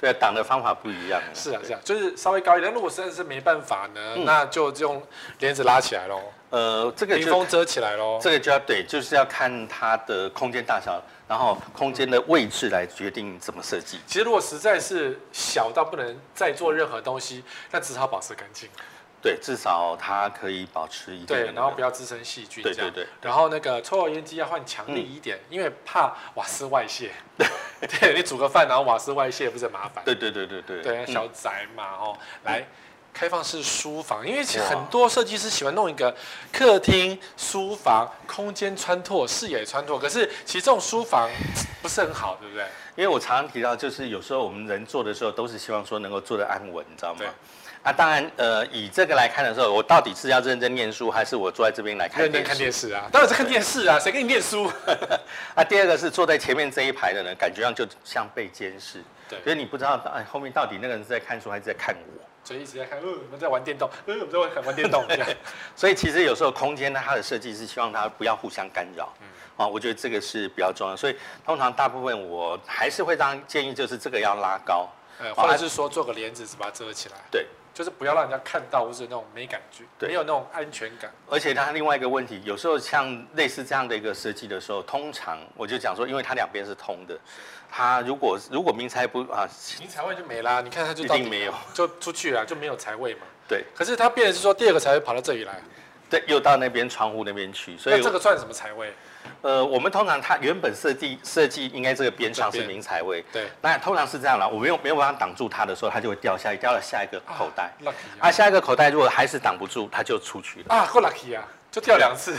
对啊挡的方法不一样。
是啊，是啊，就是稍微高一点。如果实在是没办法呢，那就用帘子拉起来喽，
呃，这个
屏
嗯就
风遮起来喽。
这个就要对，就是要看它的空间大小，然后空间的位置来决定怎么设计。
其实如果实在是小到不能再做任何东西，那只好保持干净。
对，至少它可以保持一定的
对，
那
然后
个
不要滋生细菌。
对
这样
对对。嗯
然后那个抽油烟机要换强力一点，因为怕瓦斯外 泄。对，你煮个饭，然后瓦斯外泄，不是很麻烦？
对对对对对
对，
嗯
小宅嘛，哦，来开放式书房，因为其实
哇
很多设计师喜欢弄一个客厅、书房，空间穿透、视野穿透，可是其实这种书房不是很好，对不对？
因为我常常提到，就是有时候我们人做的时候，都是希望说能够做得安稳，你知道吗
对？
啊，当然，呃，以这个来看的时候，我到底是要认真念书，还是我坐在这边来看
认真
电
看
视？
电视啊，当然是看电视啊，谁跟你念书？
啊，第二个是坐在前面这一排的人，感觉上就像被监视，
对
所以你不知道，哎，后面到底那个人是在看书还是在看我？
所以一直在看，呃，我们在玩电动， 呃，我们在玩玩电动， 这样
所以其实有时候空间呢，它的设计是希望它不要互相干扰。
嗯
啊，我觉得这个是比较重要。所以通常大部分我还是会让建议，就是这个要拉高。
呃，
好
或者是说做个帘子，只把它遮起来，
对，
就是不要让人家看到，或者那种没感觉，
对
没有那种安全感。
而且它另外一个问题，有时候像类似这样的一个设计的时候，通常我就讲说，因为它两边是通的，它如果如果明财不啊，
您财位就没啦，你看他就
一
到
定
底
没有
了，就出去了，就没有财位嘛。
对
可是他变的是说第二个财位跑到这里来，
对，又到那边窗户那边去，所
那
以
这个算什么财位？
呃，我们通常它原本设计设计应该这个边上
这
是
边
明财位，
对，
那通常是这样啦，我没有没有办法挡住它的时候，它就会掉下来，掉到下一个 口袋。
啊，lucky
啊，
啊，
下一个口袋如果还是挡不住，它就出去了。
啊够 lucky 啊，就跳两 次。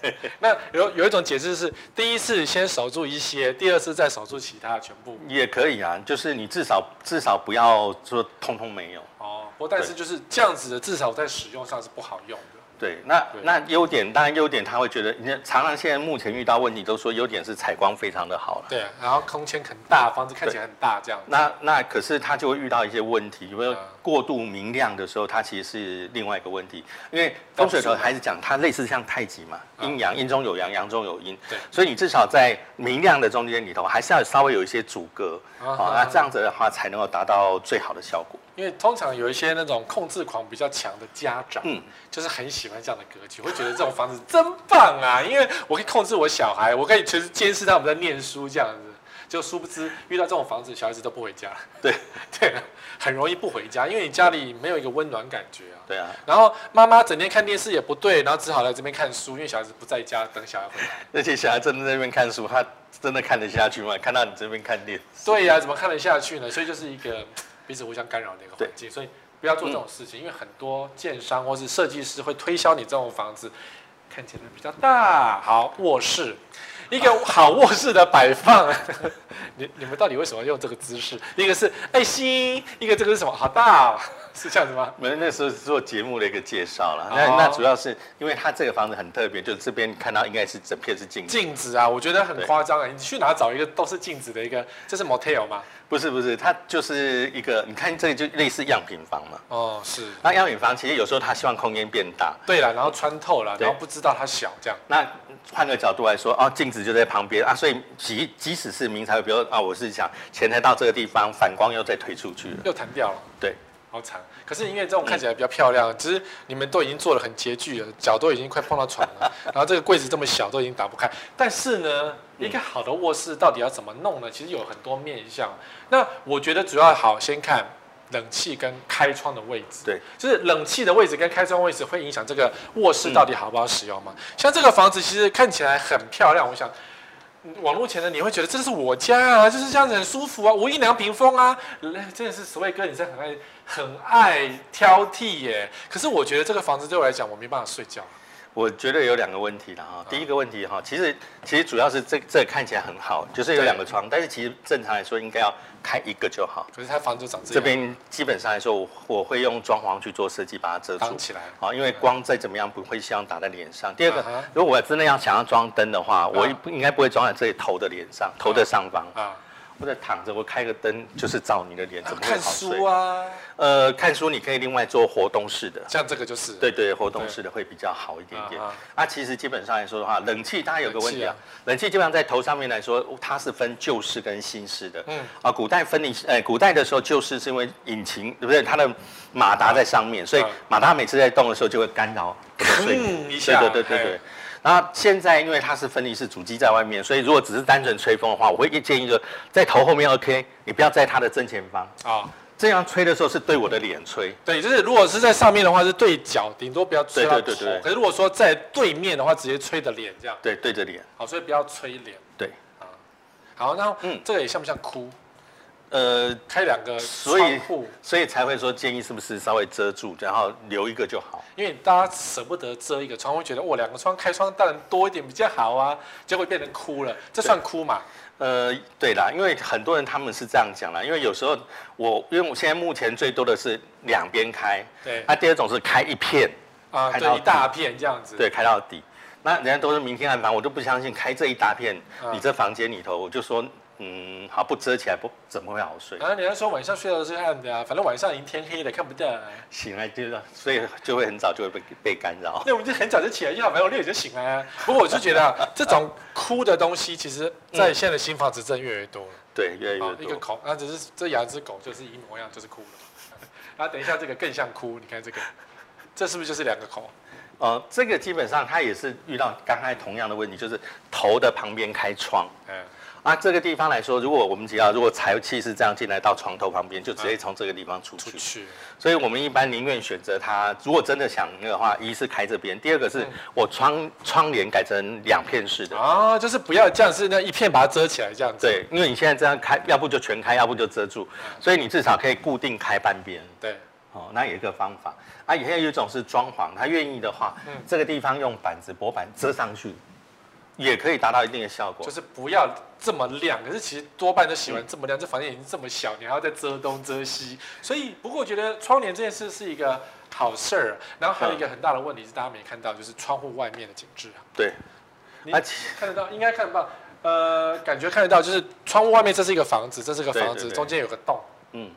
那有有一种解释是，第一次先守住一些，第二次再守住其他的全部。
也可以啊，就是你至少至少不要说通通没有。
哦，不过但是就是这样子的，至少在使用上是不好用的。
对，那
对
那优点当然优点，他会觉得，你看常常现在目前遇到问题都说优点是采光非常的好了。
对，啊然后空间很大，房子看起来很大，这样子。
那那可是他就会遇到一些问题，有没有
嗯
过度明亮的时候，它其实是另外一个问题。因为风水头还是讲它类似像太极嘛，
嗯
阴阳阴中有阳，阳中有阴，
对
所以你至少在明亮的中间里头，还是要稍微有一些阻隔，
啊
好、
啊
那这样子的话才能够达到最好的效果。
因为通常有一些那种控制狂比较强的家长，
嗯
就是很喜欢这样的格局，会觉得这种房子真棒啊！因为我可以控制我小孩，我可以随时监视他们在念书这样子。就殊不知遇到这种房子，小孩子都不回家。
对
对，很容易不回家，因为你家里没有一个温暖感觉啊。
对啊，
然后妈妈整天看电视也不对，然后只好来这边看书，因为小孩子不在家，等小孩回来。
而且小孩真的在那边看书，他真的看得下去吗？看到你这边看电视。
对呀、怎么看得下去呢？所以就是一个彼此互相干扰的一个环境，所以不要做这种事情，因为很多建商或是设计师会推销你这种房子，看起来比较大，好卧室，一个好卧室的摆放， 你你们到底为什么用这个姿势？一个是爱心，一个这个是什么？好大，哦 是这样子吗？
没有，那时候是做节目的一个介绍了。
哦
那那主要是因为它这个房子很特别，就是这边看到应该是整片是镜子，
镜子啊，我觉得很
对
夸张啊！你去哪找一个都是镜子的一个？这是 motel 吗？
不是不是，它就是一个，你看这个就类似样品房嘛。
哦，是。
那样品房其实有时候他希望空间变大。
对了，然后穿透了，
对
然后不知道它小这样。
那换个角度来说，哦，镜子就在旁边啊，所以即即使是明朝，比如啊、我是想前台到这个地方，反光又再推出去了，
又弹掉了，
对，
好惨。可是因为这种看起来比较漂 亮，只是你们都已经做的很拮据了，脚都已经快碰到床 了，然后这个柜子这么小都已经打不开。但是
嗯
呢，一个好的卧室到底要怎么弄呢？其实有很多面向。那我觉得主要好先看冷气跟开窗的位置。
对，
就是冷气的位置跟开窗位置会影响这个卧室
嗯
到底好不好使用嘛？像这个房子其实看起来很漂亮，我想。嗯网络前的你会觉得这是我家啊，就是这样子很舒服啊，无印良品风啊，嗯真的是 s w 哥，你是很爱很爱挑剔耶。可是我觉得这个房子对我来讲，我没办法睡觉。
我觉得有两个问题了哈。第一个问题哈，其实其实主要是这这看起来很好，就是有两个床，但是其实正常来说应该要开一个就好。
可是他房子就长这
这
样，
边基本上来说，我我会用装潢去做设计，把它遮住
挡。起来，
好，因为光再怎么样不会希望打在脸上。第二
啊哈
个，如果我真的要想要装灯的话，我
啊
应该不会装在这里头的脸上，头的上方，
啊，
或者躺着我开个灯就是照你的脸，怎么会
看
好
书
睡？
啊，
呃，看书你可以另外做活动式的。
像这个就是
对对，活动式的会比较好一点点
啊。
啊，其实基本上来说的话，冷气它有个问题
冷
啊，冷气基本上在头上面来说，它是分旧式跟新式的。
嗯
嗯，啊，古代分离，呃，古代的时候旧式是因为引擎对不对？它的马达在上面，所以
啊
马达每次在动的时候就会干扰我的睡眠
吭。一下
对对对对
嘿
对。然后现在因为它是分离式主机在外面，所以如果只是单纯吹风的话，我会建议说在头后面 OK，你不要在它的正前方，
啊，
这样吹的时候是对我的脸吹。
对，就是如果是在上面的话，是对角，顶多不要吹到头
对对对对。
可是如果说在对面的话，直接吹的脸这样，
对，对着脸，
好，所以不要吹脸
对。
啊。好，那
嗯
这个也像不像哭？
呃，
开两个
所
窗
以
户，
所以才会说建议是不是稍微遮住，然后留一个就好。
因为大家舍不得遮一个窗，会觉得哦哇，两个窗开窗当然多一点比较好啊，结果变成哭了，这算哭嘛？
呃，对啦，因为很多人他们是这样讲啦，因为有时候我因为我现在目前最多的是两边开，
对
那、第二种是开一片，
啊，
开到
对，一大片这样子。
对，开到底。那人家都是明天暗房，我就不相信开这一大片，
嗯
你这房间里头，我就说，嗯，好不遮起来不怎么会好睡？
然后人家说晚上睡觉是暗的啊，反正晚上已经天黑了，看不到、啊。
醒来就是，所以就会很早就会被被干 扰。
那我们就很早就起来，一两百我六点就醒来啊。不过我就觉得、啊、这种哭的东西，其实在现在的新房子真的越来越多了。
对，越来越
啊，一个
多。
口，那只是这养一只狗就是一模一样，就是哭了嘛。 然后等一下这个更像哭，你看这个，这是不是就是两个口？
呃，这个基本上它也是遇到刚才同样的问题，就是头的旁边开窗。
嗯，
啊，这个地方来说，如果我们只要如果财气是这样进来到床头旁边，就直接从这个地方出
出
去。
去。
所以我们一般宁愿选择它。如果真的想那个的话，一是开这边，第二个是
嗯
我窗窗帘改成两片式的。
啊，就是不要这样，是那一片把它遮起来这样子。
对，因为你现在这样开，要不就全开，要不就遮住，
嗯
所以你至少可以固定开半边。
对
哦，那有一个方法啊，也有一种是装潢，他愿意的话，
嗯
这个地方用板子、薄板遮上去，也可以达到一定的效果
就。是不要这么亮。可是其实多半都喜欢这么亮，这房间已经这么小，你还要再遮东遮西。所以，不过我觉得窗帘这件事是一个好事儿。然后还
嗯
有一个很大的问题是大家没看到，就是窗户外面的景致啊，
对，
你
而且
看得到，应该看得到。呃，感觉看得到，就是窗户外面这是一个房子，这是一个
对
房
对
子，
对
中间有个洞。
嗯，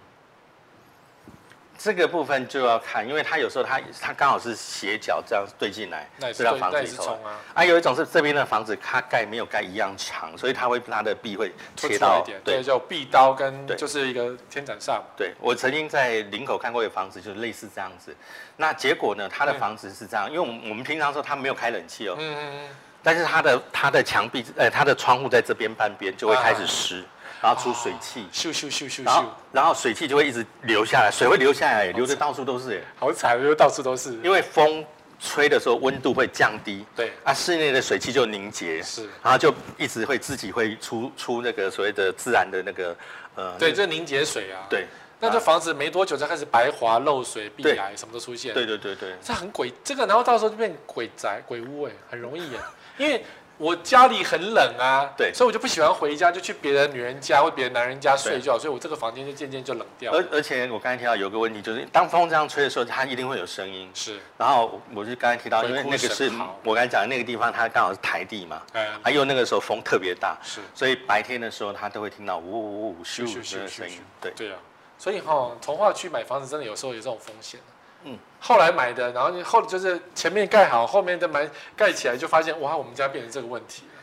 这个部分就要看，因为它有时候它它刚好是斜角这样对进来
那也，是
这到
对，
房
那
子
也
里
是
头
冲。啊，
啊，有一种是这边的房子，它盖没有盖一样长，所以它会它的壁会
凸
切
出来一
到
点，。对，
对
就壁刀跟
对
就是一个天斩煞嘛，
对，我曾经在林口看过一个房子，就是类似这样子。那结果呢，它的
嗯
房子是这样，因为我们我们平常说它没有开冷气哦
嗯，嗯嗯，
但是它的它的墙壁，呃，它的窗户在这边半边就会开
啊
始湿，然后出水汽，
嗯咻咻咻咻
然后
咻，
然后水汽就会一直流下来，水会流下来，流的到处都是耶。欸
好惨，就到处都是。
因为风吹的时候温度会降低，
对
啊，室内的水汽就凝结，
是
然后就一直会自己会出出那个所谓的自然的那个呃，
对，就凝结水啊。，
对，
那这
啊
房子没多久才开始白滑、漏水、壁
对
癌什么都出现。
对，对对对，
欸这很鬼，这个然后到时候就变鬼宅、鬼屋哎、很容易哎、因为我家里很冷啊，
对
所以我就不喜欢回家，就去别的女人家或别的男人家睡觉，所以我这个房间就渐渐就冷掉了。
而而且我刚才提到有个问题，就是当风这样吹的时候，它一定会有声音。
是，
然后我就刚才提到，
鬼
因为
哭
那个是
神嚎
我刚才讲的那个地方，它刚好是台地嘛，
嗯，
还有那个时候风特别大，
是，
所以白天的时候它都会听到呜呜呜呜咻
咻
咻
咻
的
咻
声
咻
音。对，
对啊，所以哈、从化区买房子真的有时候有这种风险。啊
嗯，
后来买的，然后后就是前面盖好，后面的买盖起来就发现，哇，我们家变成这个问题了。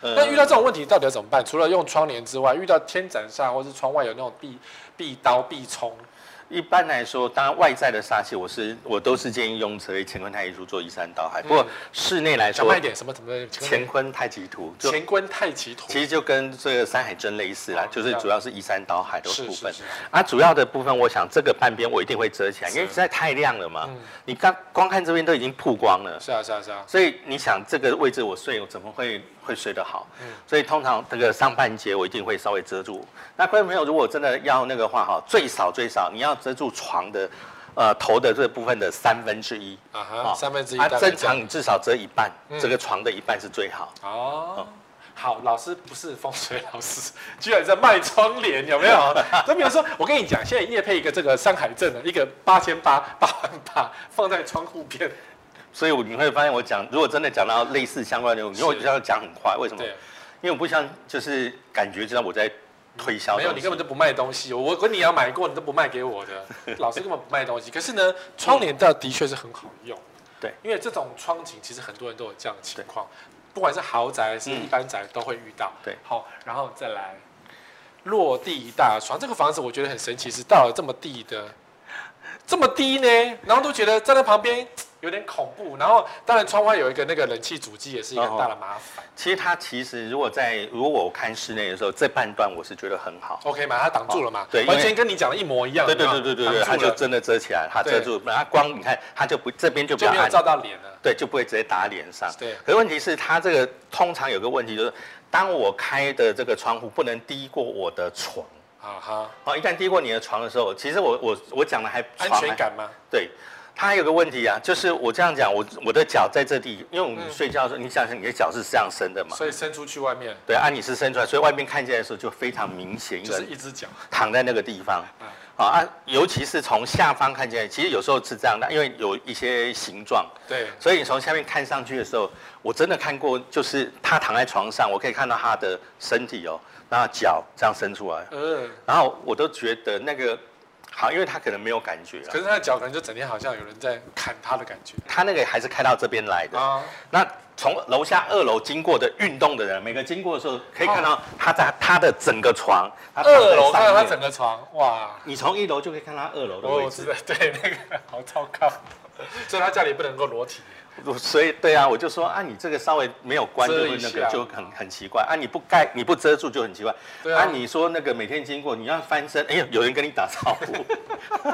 那遇到这种问题到底要怎么办？除了用窗帘之外，遇到天斩煞或是窗外有那种壁壁刀、壁冲，
一般来说，当然外在的煞气，我是我都是建议用所谓乾坤太极图做移山倒海。不过室内来
嗯讲慢
说
一，点，什么什么的
乾坤太极图就
乾坤太极图，
其实就跟这个山海针类似啦
哦，
就是主要是移山倒海的
是
部
是
分
是。，
啊，主要的部分，我想这个半边我一定会遮起来，因为
是
实在太亮了嘛。
嗯，
你刚光看这边都已经曝光了，
是啊是啊是啊，
所以你想这个位置我睡，我怎么会会睡得好？
嗯
所以通常这个上半截我一定会稍微遮住。那观众朋友，如果真的要那个话哈，最少最少你要遮住床的，呃头的这部分的三分之一。
啊
好
哈，三分之一
啊，
大概
正
这样
常你至少遮一半，
嗯
这个床的一半是最好。
哦。好，老师不是风水老师， 居然在卖窗帘，有没 有？那比如说，我跟你讲，现在业配一个这个山海镇的一个八千八八万八，放在窗户边，
所以你会发现我讲，如果真的讲到类似相关的内容，因为我
是
就要讲很快，为什么？
对，
因为我不想就是感觉知道我在推销
没有，
东
你
西
根。本就不卖东西。我跟你要买过，你都不卖给 我的，老师根本不卖东西。可是呢，窗帘倒的确是很好用，
对，
因为这种窗景其实很多人都有这样的情况，不管是豪宅还是一般宅都会遇到。
对
好，然后再来落地大窗，这个房子我觉得很神奇，是到了这么低的，这么低呢，然后都觉得站在旁边。嘖有点恐怖，然后当然窗外有一个那个冷气主机也是一个很大的麻烦。
其实它其实如果在如果我看室内的时候，这半段我是觉得很好。
OK 嘛，它挡住了嘛，
对因为
完全跟你讲的一模一样。
对对
有没
对
有
对对对，
挡
它
住了
就真的遮起来，它遮住，然后光你看，它就不这边就比
就
较
没有
暗，
照到脸了。
对，就不会直接打脸上。
对
可是问题是，它这个通常有个问题就是，当我开的这个窗户不能低过我的床。
啊哈，
哦，一旦低过你的床的时候，其实我我我讲的还
安
床
全
还
感吗？
对，它还有个问题啊，就是我这样讲，我我的脚在这里，因为我们
嗯
睡觉的时候，你想想你的脚是这样伸的嘛，
所以伸出去外面
对，啊，你是伸出来，所以外面看见的时候就非常明显，一
就
个
是
人
一只脚，
躺在那个地方。
嗯
啊啊，尤其是从下方看见，其实有时候是这样的，因为有一些形状，
对，
所以你从下面看上去的时候，我真的看过，就是他躺在床上，我可以看到他的身体哦，然后脚这样伸出来，
呃，
然后我都觉得那个好，因为他可能没有感觉、啊
可，是他的脚可能就整天好像有人在砍他的感觉
他那个还是开到这边来的。
啊，
那从楼下二楼经过的运动的人，每个经过的时候，可以看到他在他的整个床，他躺在
哦二楼
上
看到他
面
整个哦床，哇，
你从一楼就可以看到二楼的
我
位
我知
置。
道，对，那个 好糟糕，所以他家里不能够裸体，
我所以对啊，我就说啊，你这个稍微没有关就
遮
会
一
那
下
个就很很奇怪啊，你不盖你不遮住就很奇怪。
对啊
你说那个每天经过你要翻身，哎呦，有人跟你打招呼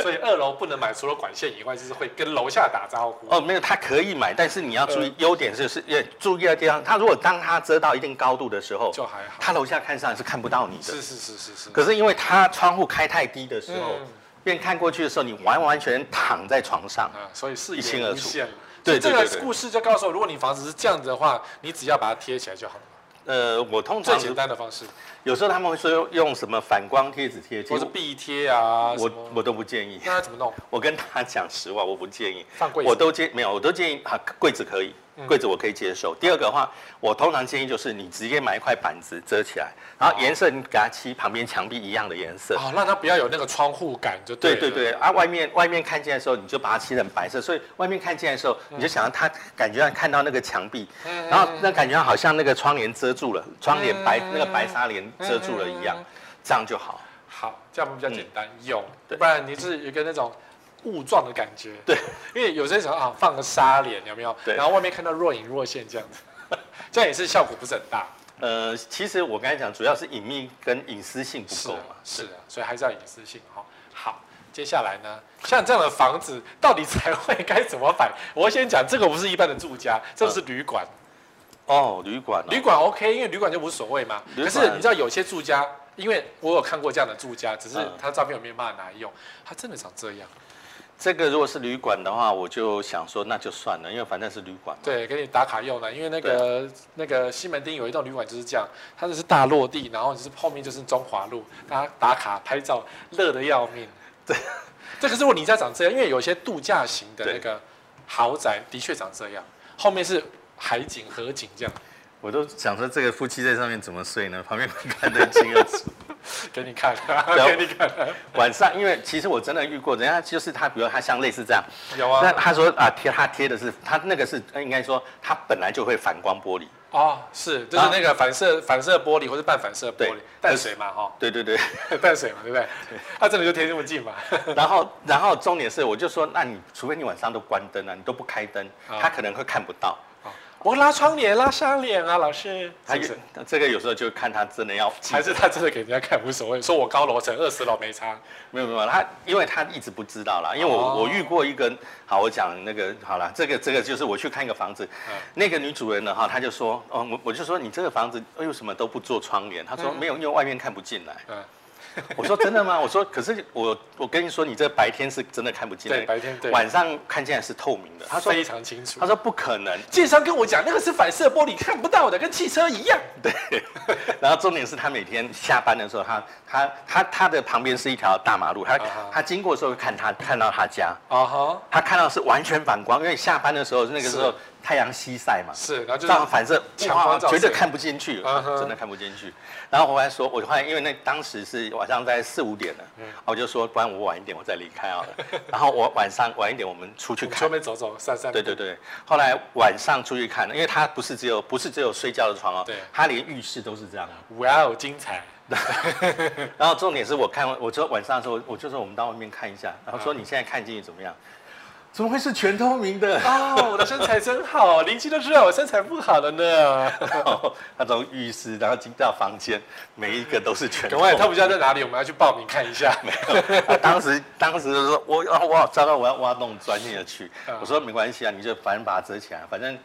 所以二楼不能买，除了管线以外，就是会跟楼下打招呼。
哦，没有，他可以买，但是你要注意
嗯，
优点就是也注意的地方，他如果当他遮到一定高度的时候，
就还好
他楼下看上来是看不到你的
是。是是是是，
可是因为他窗户开太低的时候
嗯，
便看过去的时候，你完完全全躺在床上。
啊，所以视
一清
野
二
无
楚
限了。
对
所以
对对
这
对
个故事就告诉我，如果你房子是这样子的话，你只要把它贴起来就好了，
呃，我通
最
常
简单的方式，
有时候他们会说用什么反光贴纸贴，其
或
实
是壁贴啊，什
我
么
我都不建议。
那要怎么弄？
我跟大家讲实话，我不建议。
放柜子嗯
我都建没有，我都建议啊，柜子可以，柜子我可以接受。第二个的话，我通常建议就是你直接买一块板子遮起来，然
哦
后颜色你给它漆旁边墙壁一样的颜色。
啊，让它不要有那个窗户感就
对
了
对对，啊，外面外面看见的时候，你就把它漆成白色，所以外面看见的时候，你就想到它感觉到看到那个墙壁，
嗯
然后那感觉好像那个窗帘遮住了，窗帘白、那个白纱帘遮住了
嗯
一样，这样就好。
好，这样比较简单，有，
嗯对
不然你是有一个那种雾状的感觉。
对，
因为有些时候啊，放个纱帘有没有？
对
然后外面看到若隐若现这样子， 这样也是效果不是很大。
呃，其实我刚才讲，主要是隐秘跟隐私性不
是
够
啊
嘛，，
是啊，所以还是要隐私性哈。好，接下来呢，像这样的房子到底 才会该怎么摆？我先讲，这个不是一般的住家，这个是旅馆。
哦，旅馆、哦，
旅馆 OK，因为旅馆就无所谓嘛。
旅
可
馆
是你知道有些住家，因为我有看过这样的住家，只是
嗯
他照片我没有办法拿来用，他真的长这样。
这个如果是旅馆的话，我就想说那就算了，因为反正是旅馆。
对，给你打卡用的，因为那个那个西门町有一栋旅馆就是这样，它就是大落地，然后就是后面就是中华路，大家打卡拍照，乐得要命。 对，这可是我你家长这样，因为有些度假型的那个豪宅的确长这样，后面是海景、河景这样，
我都想说这个夫妻在上面怎么睡呢？旁边会看得一清二楚。
给你看，
啊
给你看，
晚上，因为其实我真的遇过，人家就是他，比如他像类似这样，
有
那
啊，
他说啊贴他贴的是他那个是呃应该说他本来就会反光玻璃，
哦，是，就是那个反射反射玻璃或者半反射玻璃
对，
淡水嘛，哈，
对对对。
淡水嘛，对不对？它真的就贴这么近嘛？
然后然后重点是，我就说那你除非你晚上都关灯啊，你都不开灯，
啊
他可能会看不到。
我拉窗帘，拉窗帘啊，老师，
他
是不
有
是？
这个有时候就看他真的要记
还是他真的给人家看无所谓，说我高楼层二十楼没差。
没有没有，他因为他一直不知道啦，因为我、
哦
我遇过一个，好，我讲那个好啦，这个这个就是我去看一个房子，
嗯
那个女主人呢哈，她就说，哦，我我就说你这个房子哎为什么都不做窗帘？她说、没有，因为外面看不进来。
嗯，
我说真的吗？我说可是我我跟你说，你这白天是真的看不进来，
对白天对
晚上看进来是透明的。她说
非常清楚
她。说不可能，
建商跟我讲，那个是反射玻璃，看不到的，跟汽车一样。
然后重点是他每天下班的时候，他他他他的旁边是一条大马路，他、
啊哈
他经过的时候会看他看到他家，
啊哈，
他看到是完全反光，因为下班的时候那个时候
是
太阳西晒嘛，
是，然后
这
就是
样反正
强光
哇
照射
绝对看不进去，
嗯哼
真的看不进去。然后我还说，我后来因为那当时是晚上在四五点了，
嗯
我就说，不然我晚一点我再离开 好了。然后我晚上晚一点我们出去
我们
看
出。门走走散散步。
对对对，后来晚上出去看，因为他不是只有不是只有睡觉的床哦
对，
他连浴室都是这样的。
哇哦，精彩！
然后重点是我看完，我说晚上的时候，我就说我们到外面看一下，然后
嗯
说你现在看进去怎么样？怎么会是全透明的？
哦，我的身材真好， 邻居都知道我身材不好了呢。
然后他从浴室，然后进到房间，每一个都是全
赶
透
快，
明
他。们家在哪里？我们要去报名看一 下。
啊当时当时就说，我啊我好糟糕，我要挖洞钻进了去
嗯。
我说没关系啊，你就反正把它遮起来，反正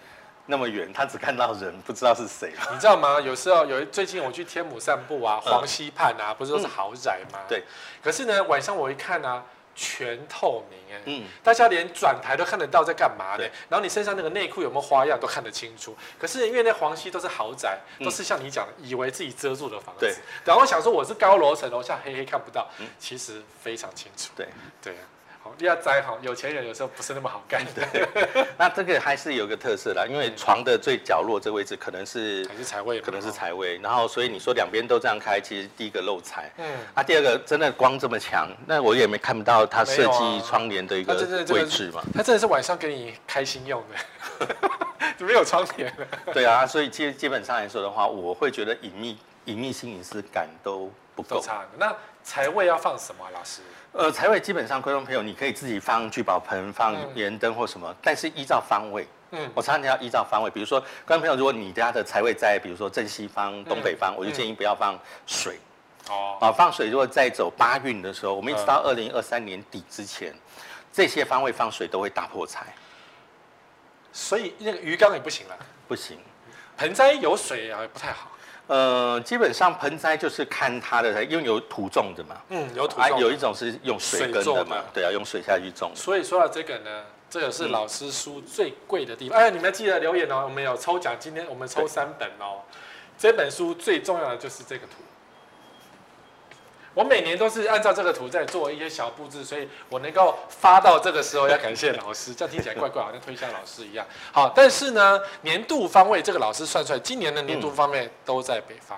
那么远，他只看到人，不知道是谁。
你知道吗？有时候有一最近我去天母散步啊，
嗯
黄溪畔啊，不是都是豪宅吗？
对。
可是呢，晚上我一看啊，全透明哎、
嗯
大家连转台都看得到在干嘛呢
对？
然后你身上那个内裤有没有花样都看得清楚。可是因为那黄溪都是豪宅，
嗯
都是像你讲的，以为自己遮住的房
对嗯
子。然后我想说我是高楼层，楼下黑黑看不到，其实非常清楚。
对，
对啊，好要栽好，有钱人有时候不是那么好干的，
那这个还是有一个特色啦，因为床的最角落这位置可能是
还是财位嘛，
可能是
哦。
财位，然后所以你说两边都这样开，其实第一个漏财。
嗯，
啊，第二个真的光这么强，那我也没看不到它
没
设
有啊
计窗帘的一个
它真的这个
位置嘛。
他真的是晚上给你开心用的， 没有窗帘的。
对啊，所以基基本上来说的话，我会觉得隐秘、隐秘性、隐私感都不
都
够。
差很多。那财位要放什么、啊，老师？
呃，财位基本上，观众朋友，你可以自己放聚宝盆、放
嗯
盐灯或什么，但是依照方位。
嗯，
我常常要依照方位，比如说，观众朋友，如果你家的财位在，比如说正西方、东北
嗯
方，我就建议不要放水
哦，
啊。放水，如果在走八运的时候，我们一直
嗯
到二零二三年底之前，这些方位放水都会大破财，
所以那个鱼缸也不行了，
不行。
盆栽有水啊，也不太好。
呃，基本上盆栽就是看它的，因为有土种的嘛，
嗯，有土
啊，
种。
有一种是用水
水
耕
种
的
的
嘛，对啊，用水下去种的。
所以说到这个呢，这个是老师书最贵的地方。哎，你们记得留言哦，我们有抽奖，今天我们抽
对
三本哦。这本书最重要的就是这个图。我每年都是按照这个图在做一些小布置，所以我能够发到这个时候，要感谢老师。这样听起来怪怪，好像推销老师一样。好，但是呢，年度方位这个老师算出来，今年的年度方面都在北方。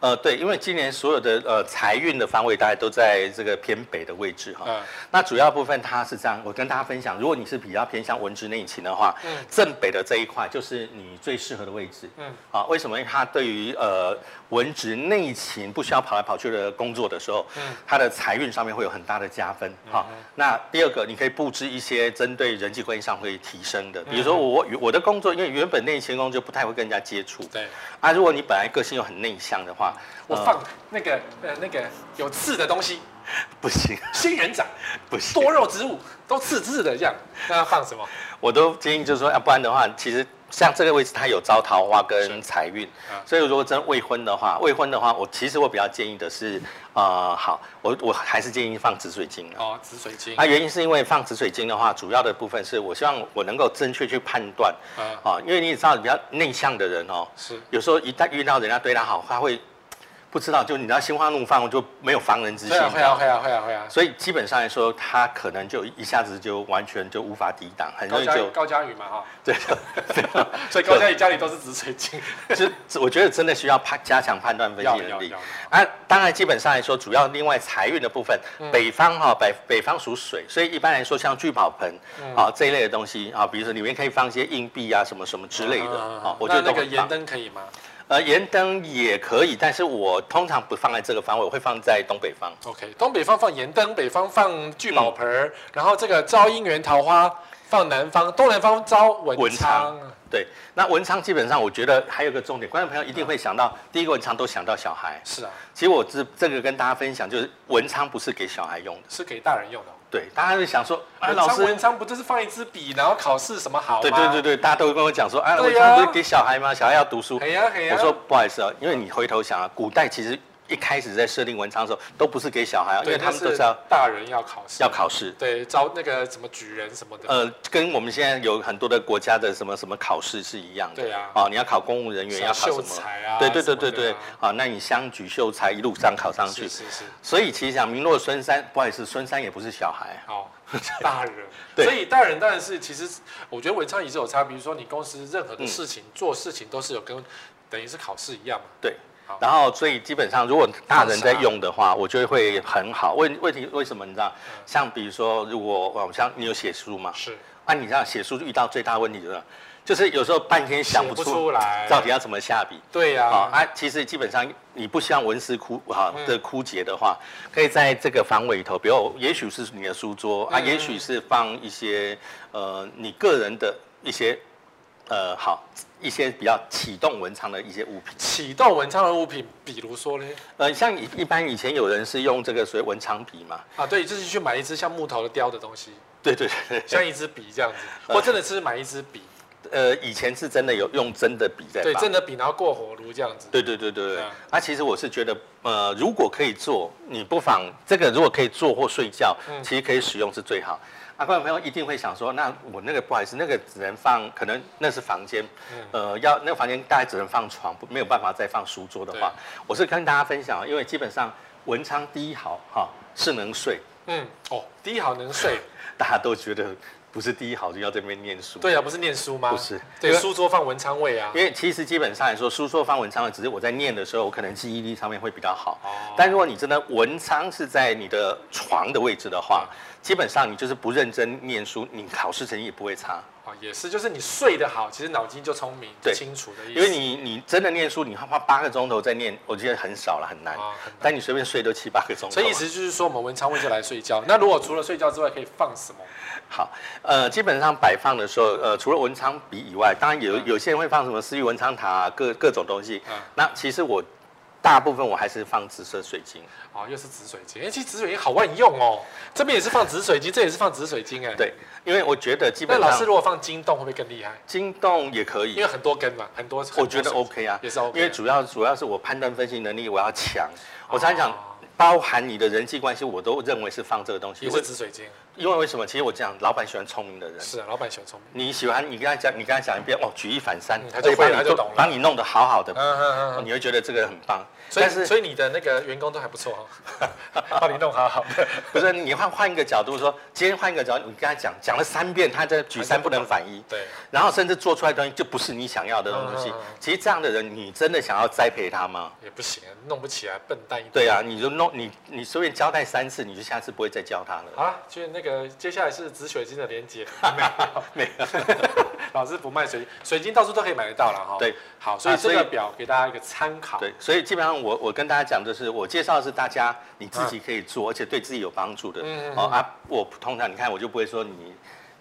呃，对，因为今年所有的呃财运的方位大概都在这个偏北的位置哈。
嗯
那主要部分它是这样，我跟大家分享，如果你是比较偏向文职内勤的话，
嗯
正北的这一块就是你最适合的位置。
嗯
啊，为什么？因为它对于呃文职内勤不需要跑来跑去的工作的时候，
嗯
它的财运上面会有很大的加分哈、那第二个，你可以布置一些针对人际关系上会提升
嗯
的，比如说我我的工作，因为原本内勤工作就不太会跟人家接触
对，
啊，如果你本来个性又很内向的话，
我
呃
放那个呃那个有刺的东西，
不行
仙人掌、
不行，
多肉植物都刺刺的这样，那要放什么？
我都建议就是说，要、不然的话，其实像这个位置，它有招桃花跟财运，
啊
所以如果真未婚的话，未婚的话，我其实我比较建议的是，呃，好，我我还是建议放紫水晶啊。
哦，紫水晶
啊，原因是因为放紫水晶的话，主要的部分是我希望我能够正确去判断
啊，
啊，因为你也知道，比较内向的人哦，
是
有时候一旦遇到人家对他好，他会不知道，就你知道心花怒放，就没有防人之心。
会啊会啊会啊会啊会啊，
所以基本上来说，他可能就一下子就完全就无法抵挡，很容
高
易
佳
就
高佳宇嘛哈，
对，
所以高佳宇家里都是紫水晶，
就就我觉得真的需要判加强判断分析
要要
能力
要。，
啊，当然，基本上来说，主要另外财运的部分，
嗯
北方哈、北北方属水，所以一般来说，像聚宝盆
嗯
啊、这一类的东西啊，比如说里面可以放一些硬币啊，什么什么之类的
嗯嗯嗯
啊，我觉
那
得
那
都
个
很
盐
棒。
灯可以吗
呃，盐灯也可以，但是我通常不放在这个方位，我会放在东北方。
？OK，东北方放盐灯，北方放聚宝盆儿，然后这个招姻缘桃花放南方，东南方招文
文
昌
昌。对，那文昌基本上，我觉得还有一个重点，观众朋友一定会想到，第一个文昌都想到小孩。
是啊，
其实我这这个跟大家分享，就是文昌不是给小孩用的，
是给大人用的哦。
对，大家会想说，啊，
文
老
昌
师
文昌不就是放一支笔，然后考试什么好吗？
对对对对，大家都会跟我讲说，啊，
对
文
呀
昌不是给小孩吗？小孩要读书。
哎呀哎呀，
我说不好意思啊，因为你回头想啊，古代其实一开始在设定文昌的时候，都不是给小孩啊，因
对，
为他们
那
都是要
大人要考试，
要考试。
对招那个什么举人什么的，
呃，跟我们现在有很多的国家的什么什么考试是一样的。
对啊
哦，你要考公务人员，
什么
要考
秀
什么？
才啊，
对对对对
什
对
么的，
啊，那你乡举秀才一路上考上
啊
去
是，是 是，
所以其实讲名落孙山，不好意思，孙山也不是小孩啊。
好，大人，
对
所以大人当然是，其实我觉得文昌也是有差，比如说你公司任何的事情、做事情都是有跟等于是考试一样嘛，
对
好，啊
然后所以基本上如果大人在用的话，我觉得会很好。问问题为什么你知道？
嗯
像比如说，如果我像你有写书嘛，
是
啊，你知道写书遇到最大的问题就是什么，就是有时候半天想不
写不出
出啊
来
到底要怎么下笔。
对呀、
啊啊，其实基本上你不希望文思枯哈的
嗯
枯竭的话，可以在这个方位里头，比如也许是你的书桌啊，
嗯
也许是放一些呃你个人的一些呃好一些比较启动文昌的一些物品。
启动文昌的物品，比如说嘞，
呃，像一一般以前有人是用这个所谓文昌笔嘛，
啊，对，就是去买一支像木头的雕的东西，
对对对，嗯
像一支笔这样子，或真的是买一支笔，
呃，以前是真的有用真的笔在
对，
放
真，的笔，然后过火炉这样子，
对对对对对
啊。
啊，其实我是觉得，呃，如果可以做，你不妨这个如果可以做或睡觉，
嗯
其实可以使用是最好。啊，观众朋友一定会想说，那我那个不好意思，那个只能放，可能那是房间，
嗯
呃，要那个房间大概只能放床，不没有办法再放书桌的话，我是跟大家分享，因为基本上文昌第一好哈是能睡，
嗯，哦，第一好能睡，
大家都觉得不是第一好就要这边念书。
对啊，不是念书吗？
不是
对，
因为
书桌放文昌位啊
因，为其实基本上来说，书说方文昌的，只是我在念的时候，我可能记忆力上面会比较好。
哦
但如果你真的文昌是在你的床的位置的话，基本上你就是不认真念书，你考试成绩也不会差。
啊，也是，就是你睡得好，其实脑筋就聪明、就
对
清楚的意思，
因为你你真的念书，你花八个钟头在念，我觉得很少了，很难。
啊，很
但你随便睡都七八个钟头啊。
所以意思就是说，我们文昌位就来睡觉。那如果除了睡觉之外，可以放什么？
好，呃，基本上摆放的时候，呃，除了文昌笔以外，当然有
嗯
有些人会放什么思域文昌塔、啊、各各种东西。
嗯
那其实我大部分我还是放紫色水晶。
哦，又是紫水晶，哎、其实紫水晶好万用哦。这边也是放紫水晶，这也是放紫水晶，哎。。
对，因为我觉得基
那
本
老师
上
如果放金洞会不会更厉害？
金动也可
因
以
为，很多根嘛，很多。
我觉得
很多
OK 啊，
也是 OK 啊
因为主要主要是我判断分析能力我要强，我常常
哦
讲。包含你的人际关系，我都认为是放这个东西。
也
因为
是紫水晶。
因为为什么？其实我讲，老板喜欢聪明的人。
是啊，老板喜欢聪明。
你喜欢，你跟他讲，你跟他讲一遍，哦，举一反三
嗯，他就会了他
而且帮你
就
做
懂了
把你弄得好好的，
嗯嗯嗯。
哦你会觉得这个很棒。
所
但
以
是
所以你的那个员工都还不错哦， 帮你弄好好的。
不是你换换一个角度说，今天换一个角度，你跟他讲讲了三遍，他在举三不能反一，
对。
然后甚至做出来的东西就不是你想要的东西
嗯嗯嗯。
其实这样的人，你真的想要栽培他吗？
也不行，弄不起来，笨蛋一点。
对啊，你就弄你你随便交代三次，你就下次不会再教他了。
好了，就是那个接下来是紫水晶的连 接，没有
没
有， 老师不卖水晶，水晶到处都可以买得到了哈。
对，
好，所以
啊
这
所以
个表给大家一个参考。
对，所以基本上我我跟大家讲，就是我介绍的是大家你自己可以做，而且对自己有帮助的。
嗯嗯
哦啊，我通常你看我就不会说你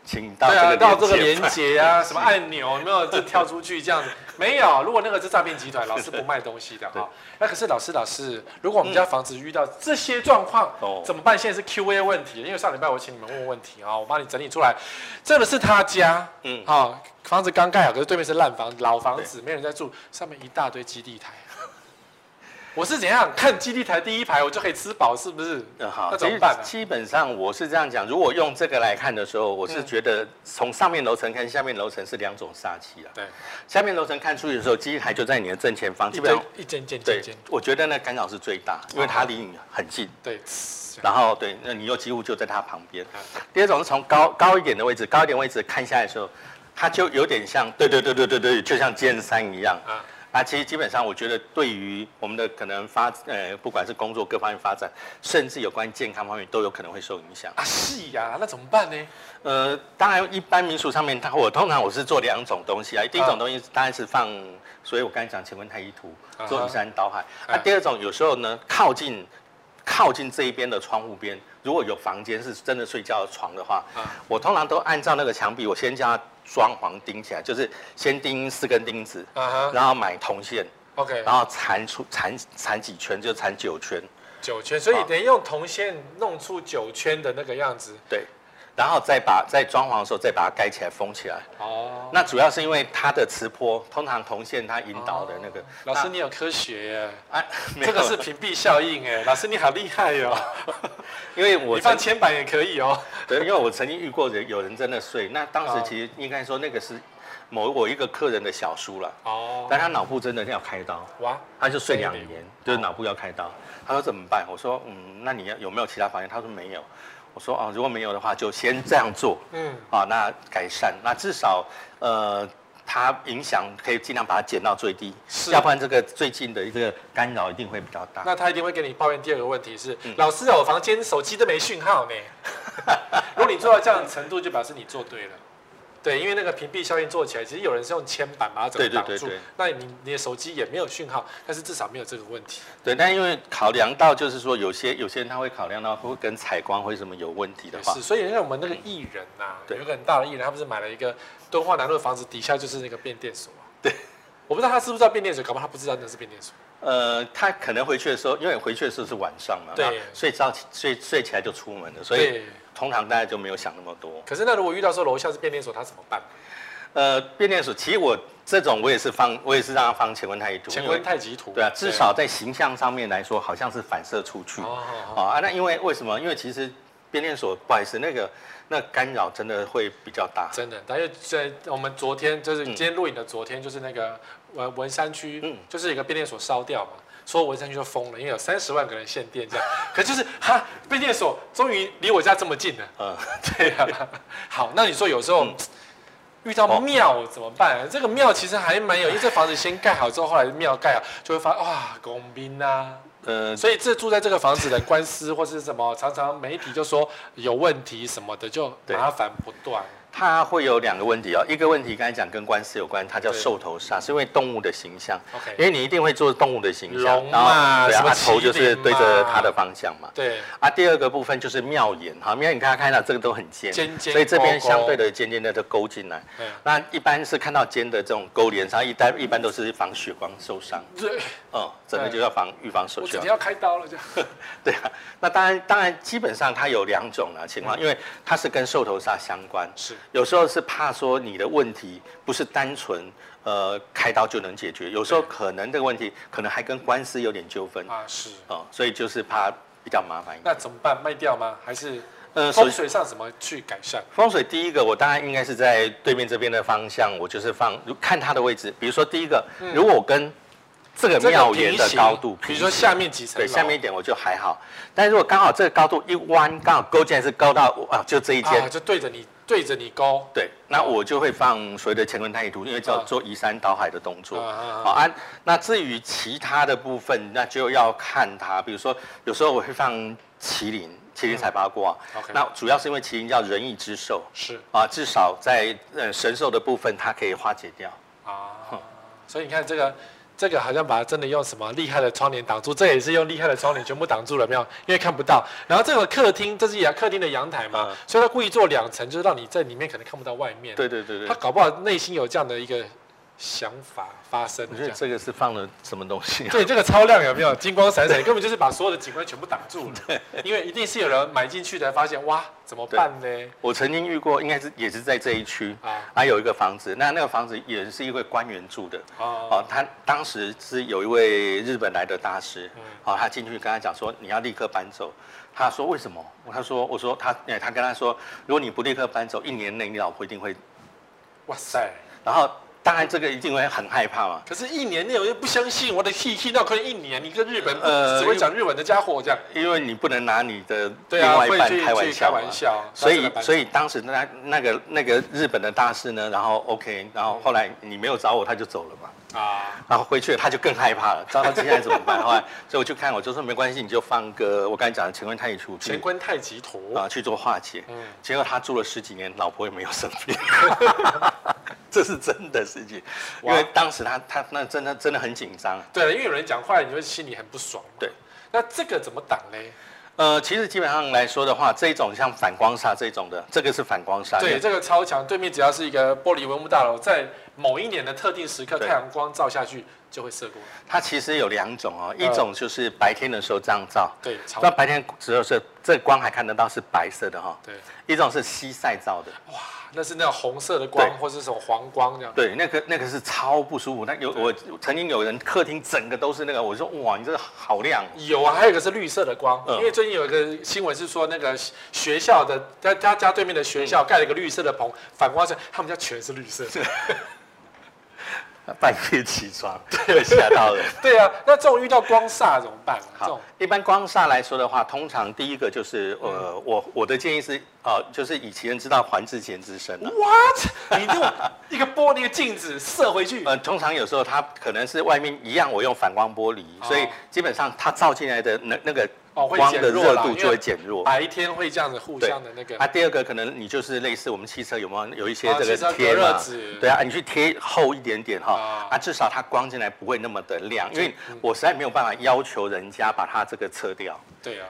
请到
对啊，
这个
到这个连
接。
接 啊，什么按钮有没有就跳出去这样子？ 没有，如果那个是诈骗集 团，老师不卖东西的哈。那可是老师，老师，如果我们家房子遇到这些状况，
哦
怎么办？现在是 Q&A 问题，因为上礼拜我请你们问问题啊，我帮你整理出来。这个是他家，
嗯
啊，房子刚盖好，可是对面是烂房老房子，没人在住，上面一大堆基地台。 我是怎样看基地台第一排，我就可以吃饱，是不是？
嗯，好，
那
其
怎么
实
办啊呢、
基本上我是这样讲，如果用这个来看的时候，我
嗯
是觉得从上面楼层看下面楼层是两种煞气啊。
对，
下面楼层看出去的时候，基地台就在你的正前方，基
一
本
间
上
一间间
对
间间，，
我觉得那干扰是最大，因为它离你很近，
对，
然后对，那你又几乎就在它旁边
嗯。
第二种是从高高一点的位置，高一点位置看下来的时候，它就有点像，对对对对对对，就像尖山一样。
啊。
啊，其实基本上，我觉得对于我们的可能发，呃，不管是工作各方面发展，甚至有关健康方面，都有可能会受影响。
啊，是呀、那怎么办呢？
呃，当然，一般民俗上面，它我通常我是做两种东西啊。第一种东西当然是放，所以我刚才讲乾坤太一图
啊哈，
坐移山倒海。啊，
啊
第二种有时候呢，靠近靠近这一边的窗户边，如果有房间是真的睡觉的床的话，
啊
我通常都按照那个墙壁，我先将它装潢钉起来，就是先钉四根钉子，
啊哈
然后买铜线，
，OK，
然后缠出缠缠几圈，就缠九圈，
九圈，所以
好
得用铜线弄出九圈的那个样子。
对，然后再把在装潢的时候再把它盖起来封起来。
哦，
那主要是因为它的磁波，通常铜线它引导的那个。
哦老师
那，
你有科学耶，
哎、没
这
有
个是屏蔽效应哎，老师你好厉害哟、
因为我
你放
曾
铅板也可以哦、
对，因为我曾经遇过人有人真的睡，那当时其实应该说那个是某我一个客人的小叔了，
哦，
但他脑部真的要开刀，
哇，
他就
所
睡
以
两
你
年，就是脑部要开刀。他说怎么办？我说嗯，那你要有没有其他房间？他说没有。我说哦，如果没有的话，就先这样做。
嗯，
啊，那改善，那至少呃，它影响可以尽量把它减到最低，
是
要不然这个最近的这个干扰一定会比较大。
那他一定会跟你抱怨。第二个问题
嗯
是，老师哦，我房间手机都没讯号呢。 如果你做到这样的程度，就表示你做对了。对，因为那个屏蔽效应做起来，其实有人是用铅板把它整个
对对
挡
对
住
对，
那你你的手机也没有讯号，但是至少没有这个问题。
对，但因为考量到就是说，有些有些人他会考量到会跟采光会什么有问题的
也
话嗯
是，，所以因为我们那个艺人呐、
对
有一个很大的艺人，他不是买了一个敦化南路的房子，底下就是那个变电所、啊。
对，
我不知道他知不知道变电所，搞不好他不知道那是变电所。
呃，他可能回去的时候，因为回去的时候是晚上嘛，
对
那睡着睡睡起来就出门了，所以
对，
通常大家就没有想那么多。
可是那如果遇到说楼下是变电所，他怎么办？
呃，变电所其实我这种我也是放，我也是让他放乾坤太一度，
乾
因为
坤太极图。
对啊，至少在形象上面来说，好像是反射出去。
对哦好好
哦啊，那因为为什么？因为其实变电所，不好意思，那个那干扰真的会比较大。
真的，但是在我们昨天就是
嗯
今天录影的昨天，就是那个呃文山区，
嗯
就是一个变电所烧掉嘛，说文山区就疯了，因为有三十万个人限电这样。 可就是哈，变电所终于离我家这么近 了。
嗯，
对啊，好，那你说有时候、遇到庙怎么办、这个庙其实还蛮有，因为这房子先盖好之后，后来庙盖好就会发现哇，工兵啊，
呃，
所以这住在这个房子的官司或是什么，常常媒体就说有问题什么的，就
对
麻烦不断。
它会有两个问题哦，一个问题刚才讲跟官司有关，它叫
对
兽头煞，是因为动物的形象，因
OK，
为你一定会做动物的形象
龙，
然
嘛
后对
什
啊，
么
它头就
麒麟
是对着
嘛
它的方向嘛。
对，
啊，第二个部分就是妙眼，哈，妙眼你刚刚看到这个都很尖，
尖尖
所以这边
勾勾
相对的尖尖的都勾进来。
嗯，
那一般是看到尖的这种勾连伤，一般一般都是防血光受伤，
对，
嗯，整个就要防预防受
我
伤
今天。要开刀了，这样。
对啊，那当然，当然，基本上它有两种啊情况，因为它是跟兽头煞相关，
是
有时候是怕说你的问题不是单纯呃开刀就能解决，有时候
对
可能这个问题可能还跟官司有点纠纷
啊，是。
哦，所以就是怕比较麻烦一点。
那怎么办？卖掉吗？还是
呃，首
风
先
水上怎么去改善？
风水第一个，我当然应该是在对面这边的方向，我就是放如看它的位置，比如说第一个，
嗯
如果我跟这个
这个
庙檐
平
的
行
高度，
比如说
平行
下面几层
对，
楼，
下面一点我就还好，但如果刚好这个高度一弯，刚好勾进来是勾到啊，就这一间，
啊，就对着你对着你勾，
对，那我就会放所谓的乾坤太乙图，因为叫
啊
做移山倒海的动作。
啊啊啊
好啊，那至于其他的部分，那就要看它，比如说有时候我会放麒麟，麒麟采八卦，
嗯 OK
那主要是因为麒麟叫仁义之兽
是
啊，至少在呃神兽的部分它可以化解掉。
啊，所以你看这个这个好像把它真的用什么厉害的窗帘挡住，这也是用厉害的窗帘全部挡住了，没有，因为看不到。然后这个客厅，这是阳客厅的阳台嘛，
嗯
所以他故意做两层，就是让你在里面可能看不到外面。
对对对对
他，搞不好内心有这样的一个想法发生。
我
这
觉得
样
这个是放了什么东西、啊？
对，这个超亮有没有？金光闪闪，根本就是把所有的景观全部挡住 了。因为一定是有人买进去才发现，哇，怎么办呢？
我曾经遇过，应该是也是在这一区
啊
啊，有一个房子，那那个房子也是一位官员住的。
哦
哦，他当时是有一位日本来的大师，哦，他进去跟他讲说你要立刻搬走，他说为什么？他说我说他，哎他跟他说，如果你不立刻搬走，一年内你老婆一定会，
哇塞！
然后当然这个一定会很害怕嘛，
可是，一年内我又不相信我的 T T 那可以一年，你跟日本
呃
只会讲日文的家伙这样，
因为你不能拿你的
对
另
啊，
外一
会
半
去
开
去
玩笑
开
嘛，
玩笑，
所
拿这
以
个搬
所以当时那那个那个日本的大师呢，然后 OK，然后后来你没有找我，他就走了嘛。
啊，
然后回去了他就更害怕了，知道他接下来怎 么办。后来，所以我去看，我就说没关系，你就放个我刚才讲的乾坤太乙出
乾
去
坤太极图，
啊去做化解。
嗯
结果他住了十几年，老婆也没有生 病，这是真的事情。因
哇
为当时他他那真的真的很紧张。
对了，因为有人讲坏，你会心里很不爽。
对，
那这个怎么挡嘞？
呃，其实基本上来说的话，这种像反光煞这种的，这个是反光煞。
对，这个超强，对面只要是一个玻璃文物大楼，在某一年的特定时刻，太
对
阳光照下去就会射过来。
它其实有两种哦，一
嗯
种就是白天的时候这样照，
对，超
那白天只有是这光还看得到是白色的哈、
对，哦
一种是西晒照的，
那是那种红色的光
对
或是什么黄光这样。
对，那个那个是超不舒服。那有我曾经有人客厅整个都是那个，我说哇，你这个好亮哦，
有啊，还有一个是绿色的光，
嗯
因为最近有一个新闻是说，那个学校的他他家对面的学
嗯
校盖了一个绿色的棚，反光是他们家全是绿色的。
半夜起床会吓到人。
对啊，嗯 那这种遇到光煞怎么办、啊？这
好
种，
一般光煞来说的话，通常第一个就是呃，
嗯
我我的建议是呃，就是以其人之道还治其人之身啊。
what？你这种一个玻璃的镜子射回去，
呃，通常有时候它可能是外面一样，我用反光玻璃，
哦
所以基本上它照进来的那那个
哦会
光
减
的
弱
热
啦
度
因
就
为
会减弱。
白天会这样子互相的那个
啊，第二个可能你就是类似我们汽车有没有有一些
啊
这
汽车
个
隔
贴嘛
热纸？
对啊，你去贴厚一点点哈
啊，
啊，至少它光进来不会那么的亮，因为
嗯
我实在没有办法要求人家把它这个撤掉。
对啊，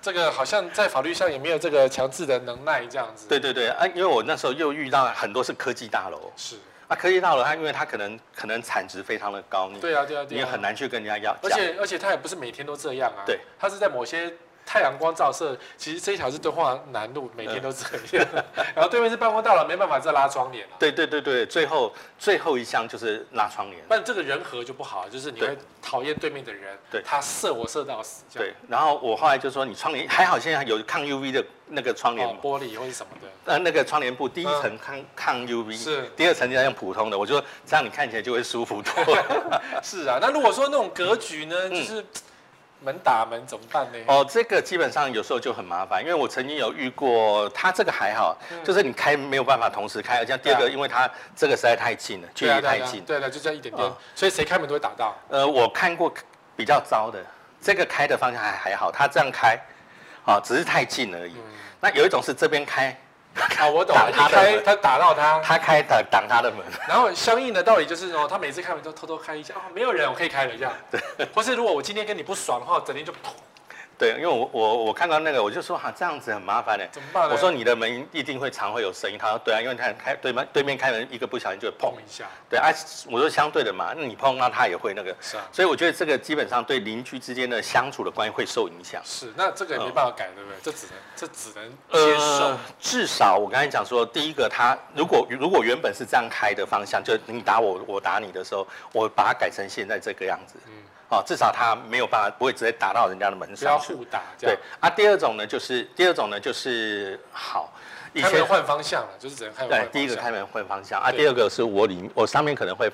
这个好像在法律上也没有这个强制的能耐这样子。
对，对对，啊，因为我那时候又遇到很多是科技大楼，
是，
啊，科技大楼它因为它可能可能产值非常的高，你
对啊，对啊，
你
对
也
啊。
很难去跟人家要，
而且而且它也不是每天都这样啊。
对，
它是在某些太阳光照射，其实这一条是敦化南路，每天都这 样。然后对面是办公大楼，没办法再拉窗帘了、
对对对对，最后最后一项就是拉窗帘。
但这个人和就不好，就是你会
对
讨厌对面的人，
对
他射我射到死，这样
对，然后我后来就说，你窗帘还好，现在有抗 UV 的那个窗帘
哦，玻璃或者什么的。
呃，那个窗帘布第一层抗、抗 UV，
是
第二层就要用普通的，我就说这样你看起来就会舒服多 了。
是啊，那如果说那种格局呢，就是嘖门打门怎么办呢？
嗯哦，这个基本上有时候就很麻烦，因为我曾经有遇过，它这个还好，就是你开没有办法同时开，而且第二
嗯对
个
啊
因为它这个实在太近了，距
对啊
离
对
太
啊对
近
啊。对的，就这样一点点
啊，
所以谁开门都会 打到。
呃，我看过比较糟的，这个开的方向还还好，它这样开，啊、只是太近而已。那有一种是这边开，
嗯啊，我懂，
打
一
他的
开
门
他打到他，
他开挡挡他的门。
然后相应的道理就是哦，他每次开门都偷偷开一下，哦，没有人，我可以开了这样。对。或是如果我今天跟你不爽的话，我整天就砰
对，因为我我我看到那个，我就说哈、这样子很麻烦的。
怎么办呢？
我说你的门一定会常会有声音，他说对啊，因为他开对面对面开门一个不小心就会
碰
碰，
一下，
对啊，我说相对的嘛，那你碰到他也会那个，
是啊，
所以我觉得这个基本上对邻居之间的相处的关系会受影响。
是，啊那这个也没办法改，对不对？这只能这只能接受
呃。，至少我刚才讲说，第一个他如果如果原本是这样开的方向，就你打我，我打你的时候，我把它改成现在这个样子，
嗯，
哦，至少他没有办法不会直接打到人家的门
不要
上去。
互打这
对
样。
啊，第二种呢就是第二种呢就是好，以
开
前
门换方向了，就是只能开门
对
换
第一个
方
开
向。
门换方向啊，
对
第二个是我里我上面可能会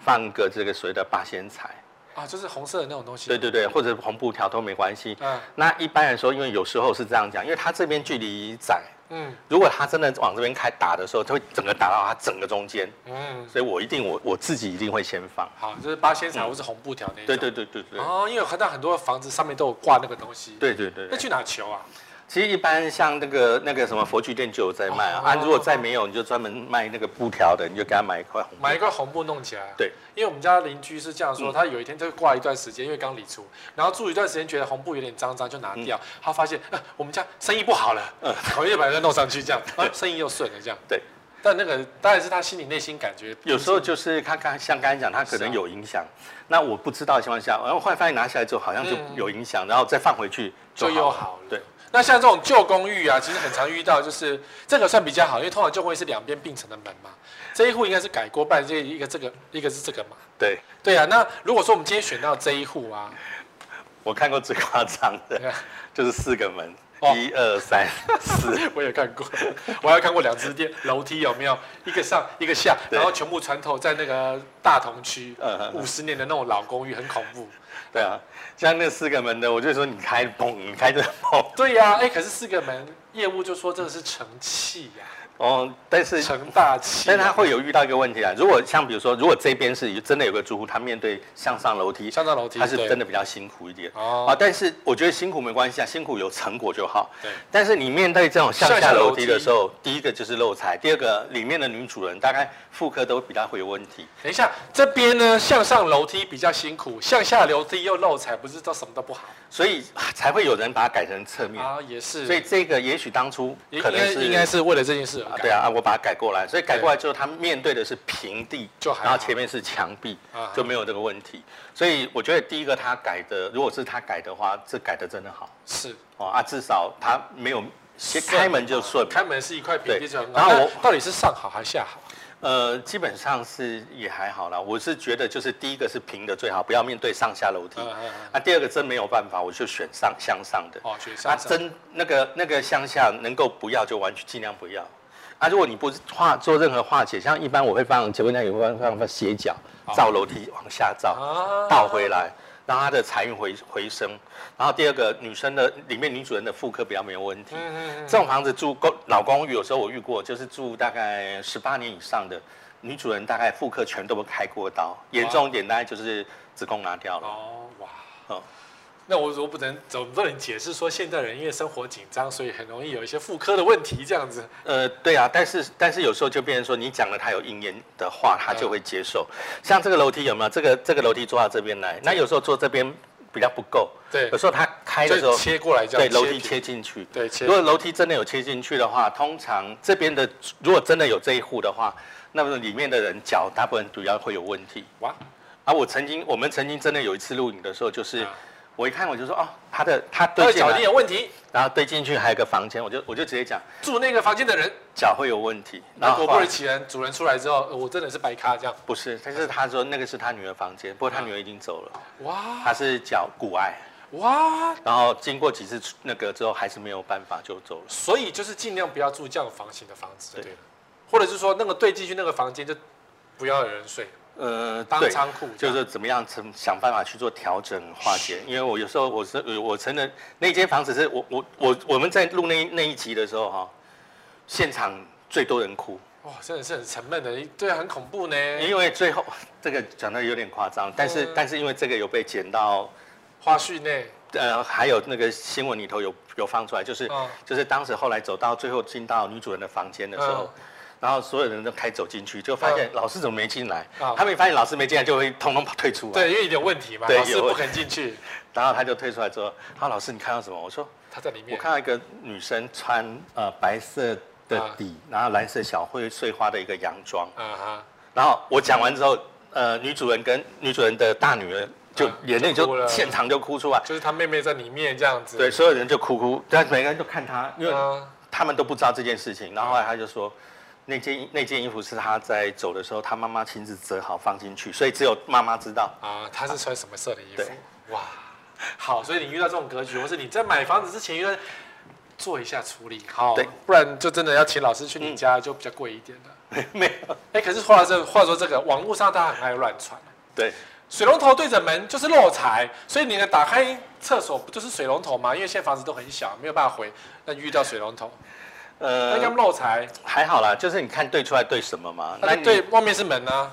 放个这个所谓的八仙彩，
啊，就是红色的那种东西。
对对对，或者红布条都没关系。
嗯
那一般来说，因为有时候是这样讲，因为它这边距离窄，
嗯
如果他真的往这边开打的时候，他会整个打到他整个中间，
嗯，
所以我一定我我自己一定会先放。
好，就是八仙草或是红布条那种。
嗯
哦
对对对对对，
哦，因为我看到很多房子上面都有挂那个东西。。
对对对
那
对。
去哪求啊？
其实一般像那个那个什么佛具店就有在卖啊，
哦
啊如果再没有，你就专门卖那个布条的，你就给他买一块红布。
买一块红布弄起来。啊
对，
因为我们家邻居是这样
嗯
说，他有一天就挂一段时间，因为刚理出，然后住一段时间觉得红布有点脏脏，就拿
嗯
掉。他发现，呃，我们家生意不好了，我就把它弄上去，这样，
嗯
啊生意又顺了，这样。
对，
但那个当然是他心里内心感觉，
有时候就是他刚像刚才讲，他可能有影响，那我不知道的情况下，然后后来发现拿下来之后好像就
嗯
有影响，然后再放回去
就
好
又
了。
好了。
对。
那像这种旧公寓啊，其实很常遇到，就是这个算比较好，因为通常旧公寓是两边并成的门嘛。这一户应该是改过半，这一个这个，一个是这个嘛。
对，
对啊，那如果说我们今天选到这一户啊，
我看过最夸张的
对啊，
就是四个门
哦，
一二三 四，
我也看过，我还看过两只电楼梯有没有，一个上一个下，
对
然后全部穿透在那个大同区
嗯嗯嗯
五十年的那种老公寓，很恐怖。
对啊，像那四个门的，我就说你开砰，你开就砰，
对呀、哎、可是四个门业务就说这个是成器呀、
哦，但是
成大器、
但是他会有遇到一个问题啊，如果像比如说，如果这边是真的有个住户，他面对向上楼梯，
上到楼梯，
他是
对
真的比较辛苦一点。
哦
啊，但是我觉得辛苦没关系啊，辛苦有成果就好。
对
但是你面对这种向
向下
下
楼
楼梯
梯
的时候，第一个就是漏财，第二个里面的女主人大概妇科都比较会有问题。
等一下，这边呢向上楼梯比较辛苦，向下楼梯又漏财，不是都什么都不好
所以啊才会有人把它改成侧面。
啊？也是，
嗯所以这个也许当初
应
可能
该
是
应该是为了这件事而
啊
改。
对啊，啊我把它改过来，所以改过来之后，它面对的是平地，
就还好
然后前面是墙壁
啊，
就没有这个问题。所以我觉得第一个他改的，如果是他改的话，这改的真的好
是。
哦啊，至少他没有先开门就顺嘛。
开门是一块平地
对
就很好。
然后我
那到底是上好还是下好？
呃，基本上是也还好啦。我是觉得就是第一个是平的最好，不要面对上下楼梯
嗯嗯。
啊，第二个真没有办法，我就选上向上的。
哦，选
啊，
上上。
真那个那个乡下能够不要就完全尽量不要。啊，如果你不化做任何化解，像一般我会放结婚那里会放放放斜角，照楼梯往下照，
啊
倒回来，让它的财运回回升。然后第二个，女生的里面女主人的妇科比较没有问题。
嗯嗯
这种房子住公老公寓，有时候我遇过，就是住大概十八年以上的，女主人大概妇科全都开过刀，严重一点大概就是子宫拿掉
嗯，
了。
哦哇。
哦
那我我不能总不能解释说现代人因为生活紧张，所以很容易有一些妇科的问题这样子。
呃，对啊，但是但是有时候就变成说，你讲了他有应验的话，
嗯
他就会接受。像这个楼梯有没有？这个这个楼梯坐到这边来，那有时候坐这边比较不够，
对
有，时候他开呃的时
就
候，
切过来这
对
样。
楼梯
平
切。进去。
对切
如。果楼梯真的有切进去的话，通常这边的如果真的有这一户的话，那么里面的人脚大部分主要会有问题。
哇，
啊，我曾经我们曾经真的有一次录影的时候，就是、
啊
我一看我就说哦，他的他
他
对
的
进
哎脚
来
底，有问题，
然后对进去还有一个房间，我就我就直接讲
住那个房间的人，
脚会有问题。
那
然后
果
后
不
来
其然，主人出来之后，呃我真的是白咖这样。
不是，但是他说那个是他女儿房间，
啊
不过他女儿已经走了，
哇
他是脚骨癌，
哇，
然后经过几次那个之后还是没有办法就走了。
所以就是尽量不要住这样房型的房子就
对
对了，或者是说那个对进去那个房间就不要有人睡，
呃，
当
对
仓库这样
就是怎么样怎么想办法去做调整化解，因为我有时候我是呃我承认那间房子是我我我我们在录那那一集的时候哈、现场最多人哭，
哇，真的是很沉闷的，对啊，很恐怖呢。
因为最后这个讲的有点夸张，但是、
嗯
但是因为这个有被剪到，
花絮内，
呃，还有那个新闻里头有有放出来，就是、
嗯
就是当时后来走到最后进到女主人的房间的时候。
嗯
然后所有人都开走进去，就发现
嗯
老师怎么没进来？
嗯
他们发现老师没进来，就会通通退出来。
对，因为有点问题嘛，
对
老师
有
不
问
肯进去，
然后他就退出来之后，他说老师你看到什么？我说
他在里
我
面。
看到一个女生穿呃白色
嗯
的底，然后蓝色小会碎花的一个洋装。
啊哈，
然后我讲完之后，呃，女主人跟女主人的大女儿就
啊
眼泪
就哭
就
了
现场就哭出来，
就是他妹妹在里面这样子。
对，所有人就哭哭，但每个人就看她，因为
嗯
他们都不知道这件事情。然后后来他就说，那件那件衣服是他在走的时候，他妈妈亲自折好放进去，所以只有妈妈知道。
啊，他是穿什么色的衣服
对？
哇，好，所以你遇到这种格局，或是你在买房子之前遇到，做一下处理，好
对，嗯
不然就真的要请老师去你家，就比较贵一点的。
没有，
哎，可是话这话说这个，网络上大家很爱乱传。啊
对，
水龙头对着门就是漏财，所以你的打开厕所不就是水龙头吗？因为现在房子都很小，没有办法回，那遇到水龙头，那
呃
要，么漏财，哎
还好啦，就是你看对出来对什么嘛。
那
你
就对外面是门啊。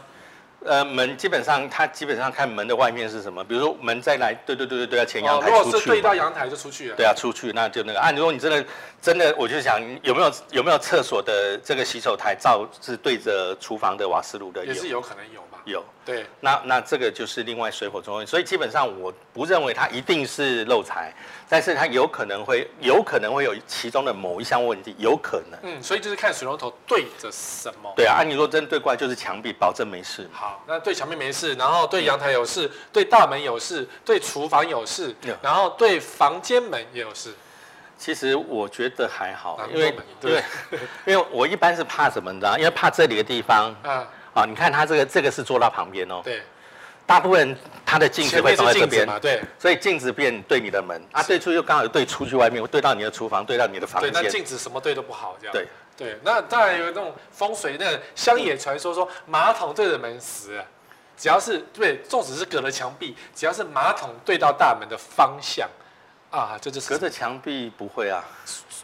呃，门基本上它基本上看门的外面是什么，比如说门再来，对对对对对，要前阳
哦，
台
如
出
果
去。
是对到阳台就出去了。
对啊，出去那就那个啊。如果你真的真的，我就想有没有有没有厕所的这个洗手台照是对着厨房的瓦斯炉 的？
也是
有
有可能有吧。
有。
对，
那那这个就是另外水火中用，所以基本上我不认为它一定是漏财，但是它有可能会有可能会有其中的某一项问题，有可能。
嗯，所以就是看水龙头对着什么。
对啊，按、你说真的对过来就是墙壁，保证没事嘛。
好，那对墙面没事，然后对阳台有事，对大门有事，对厨房有事
Yeah，
然后对房间门也有事。
其实我觉得还好
啊，
因为
不用买
因为 因为我一般是怕什么的，因为怕这里的地方
啊，
啊。你看它这个这个是坐到旁边哦，
对，
大部分它的镜子
前
会
面
放在
是
这
镜子
边，
嘛，对
所以镜子变对你的门啊，
是
对出就刚好对出去外面，对到你的厨房，对到你的房
对，那
间，
镜子什么对都不好，这样。
对。
对，那当然有那种风水，那个乡野传说说马桶对着门死了，只要是对，纵使是隔了墙壁，只要是马桶对到大门的方向，啊，这就是
隔着墙壁不会啊，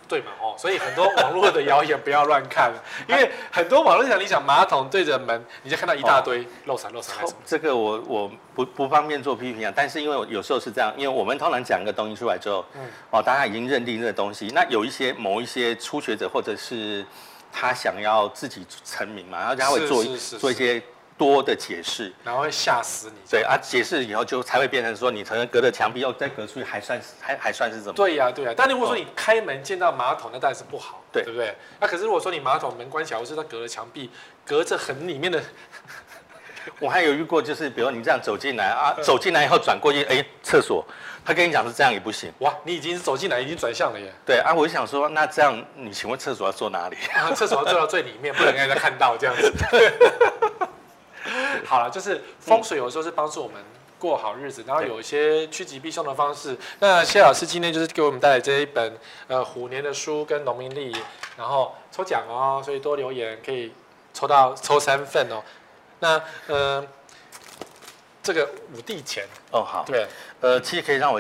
对嘛哦，所以很多网络的谣言不要乱看，因为很多网络上你讲马桶对着门，你就看到一大堆漏闪漏闪漏
超
闪。
哦这个我我不不方便做批评啊，但是因为我有时候是这样，因为我们通常讲一个东西出来之后，
嗯
哦，大家已经认定这个东西，那有一些某一些初学者或者是他想要自己成名嘛，然后他会
是
做一
是是
做一
是
些多的解释，
然后会吓死你。
对啊，解释以后就才会变成说你承认隔着墙壁又哦再隔出去还算是还还算是什么？
对呀、对呀、但如果说你开门见到马桶，那当然是不好，
对
对不对？那、可是如果说你马桶门关起来，或是它隔着墙壁，隔着很里面的，
我还有遇过，就是比如你这样走进来啊，
嗯
走进来以后转过去，哎，厕所，他跟你讲是这样也不行。
哇，你已经走进来，已经转向了耶。
对啊，我就想说，那这样你请问厕所要坐哪里？
然后厕所要坐到最里面，不能让人家看到这样子。 好了，就是风水有时候是帮助我们过好日子，然后有一些趋吉避凶的方式。那谢老师今天就是给我们带来这一本呃虎年的书跟农民历，然后抽奖哦，所以多留言可以抽到抽三份哦。那呃，这个五帝钱
哦，好，
对
呃，其实可以让我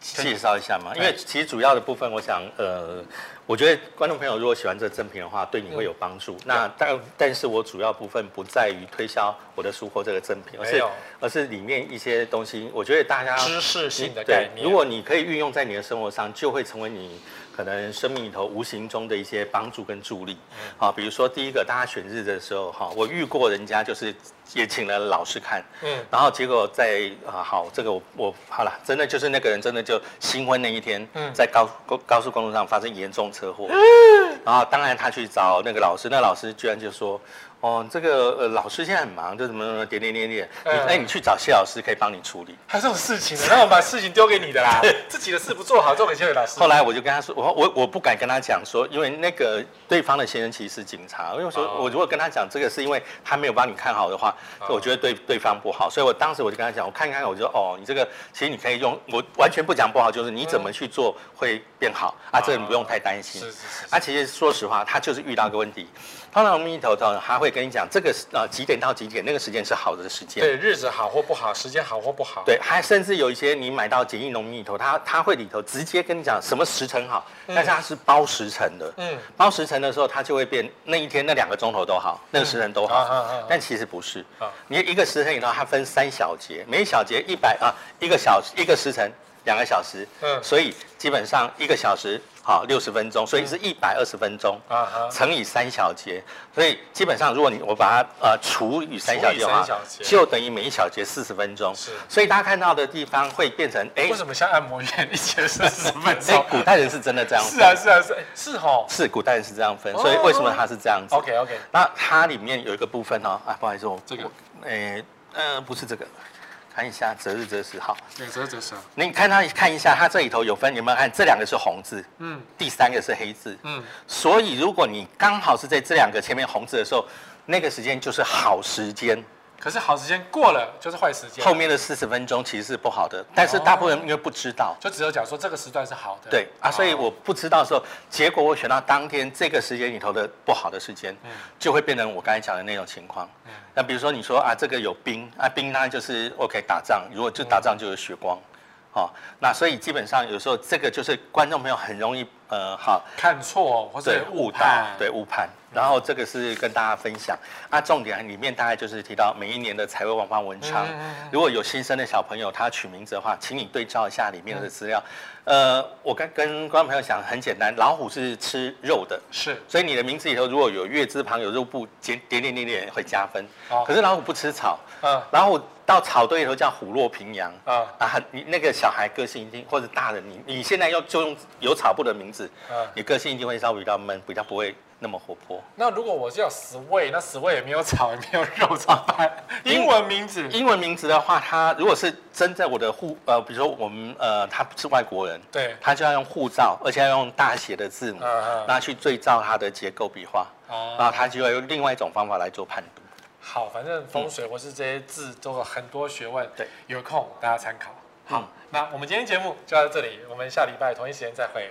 介绍一下吗？因为其实主要的部分，我想，呃，我觉得观众朋友如果喜欢这赠品的话，对
嗯
你会有帮助。那但但是我主要部分不在于推销我的书或这个赠品，而
没
是
有
而是里面一些东西，我觉得大家
知识性的概
对，
念，
如果你可以运用在你的生活上，就会成为你可能生命里头无形中的一些帮助跟助力。
嗯
好、比如说第一个，大家选日的时候，哈、我遇过人家就是也请了老师看，
嗯
然后结果在啊好，这个我我好了，真的就是那个人真的就新婚那一天，
嗯
在高高高速公路上发生严重车祸，
嗯
然后当然他去找那个老师，那老师居然就说。哦，这个呃，老师现在很忙，就怎么怎么点点点点。你
嗯
哎、你去找谢老师，可以帮你处理。
还有这种事情的，那我们把事情丢给你的 啦，自己的事不做好，交给谢伟老师。
后来我就跟他说，我我我不敢跟他讲说，因为那个对方的先生其实是警察，因为我说
哦
我如果跟他讲这个是因为他没有帮你看好的话，
哦
我觉得对对方不好，所以我当时我就跟他讲，我看一看，我就哦，你这个其实你可以用，我完全不讲不好，就是你怎么去做会变好啊，这个你不用太担
嗯
心。
哦是是是
啊，其实说实话，他就是遇到一个问题，通常我们一头头他会跟你讲这个是呃几点到几点那个时间是好的时间，
对，日子好或不好，时间好或不好，，
对，还甚至有一些你买到简易农民里头，它它会里头直接跟你讲什么时辰好，但是它是包时辰的。
嗯，
包时辰的时候，它就会变那一天那两个钟头都好，那个时辰都
啊啊啊
好
啊，
但其实不是
啊。
你一个时辰里头，它分三小节，每一小节一百啊，一个小时一个时辰两个小时，
嗯
所以基本上一个小时好六十分钟，所以是一百二十分钟。
嗯啊哈，
乘以三小节，所以基本上如果你我把它呃除以三小节的话
除以三小，节
就等于每一小节四十分钟。
是
所以大家看到的地方会变成哎
为什么像按摩院一节是十分
哎
钟，？
古代人是真的这样分，
是啊，是啊，是是吼
是古代人是这样分，
哦
所以为什么他是这样子？
，OK OK，
那它里面有一个部分哦，啊，不好意思，我
这个
我哎呃不是这个，看一下择日择时好，
对，折折折，
你看它看一下，它这里头有分，有没有看这两个是红字，
嗯
第三个是黑字，
嗯，
所以如果你刚好是在这两个前面红字的时候，那个时间就是好时间，
可是好时间过了就是坏时间，
后面的四十分钟其实是不好的，但是大部分人因为不知道。
就只有讲说这个时段是好的，
对啊，
哦
所以我不知道的时候，结果我选到当天这个时间里头的不好的时间，就会变成我刚才讲的那种情况。那比如说你说啊，这个有冰啊，冰它就是 OK 打仗，如果就打仗就有血光，好、那所以基本上有时候这个就是观众朋友很容易呃好
看错或
对
者
误导
判，
对误判。然后这个是跟大家分享啊，重点里面大概就是提到每一年的财务官方文昌
嗯嗯嗯，
如果有新生的小朋友他取名字的话，请你对照一下里面的资料。呃，我跟跟观众朋友讲很简单，老虎是吃肉的，
是
所以你的名字里头如果有月字旁有肉部，点点点点点会加分
哦。
可是老虎不吃草，
嗯
然后到草堆里头叫虎落平阳
嗯
啊啊！你那个小孩个性一定，或者大人你你现在要就用有草部的名字，
嗯
你个性一定会稍微比较闷，比较不会那么活泼。
那如果我叫十位，那十位也没有草，也没有肉，怎么办？英文名字
英文名字的话，它如果是真在我的护呃，比如说我们呃，他是外国人，
对
他就要用护照，而且要用大写的字母
嗯嗯，
那去对照它的结构笔画，
哦嗯
然后他就要用另外一种方法来做判读。
好，反正风水或是这些字都有很多学问，
嗯对，
有空大家参考。
好，
那我们今天节目就到这里，我们下礼拜同一时间再会。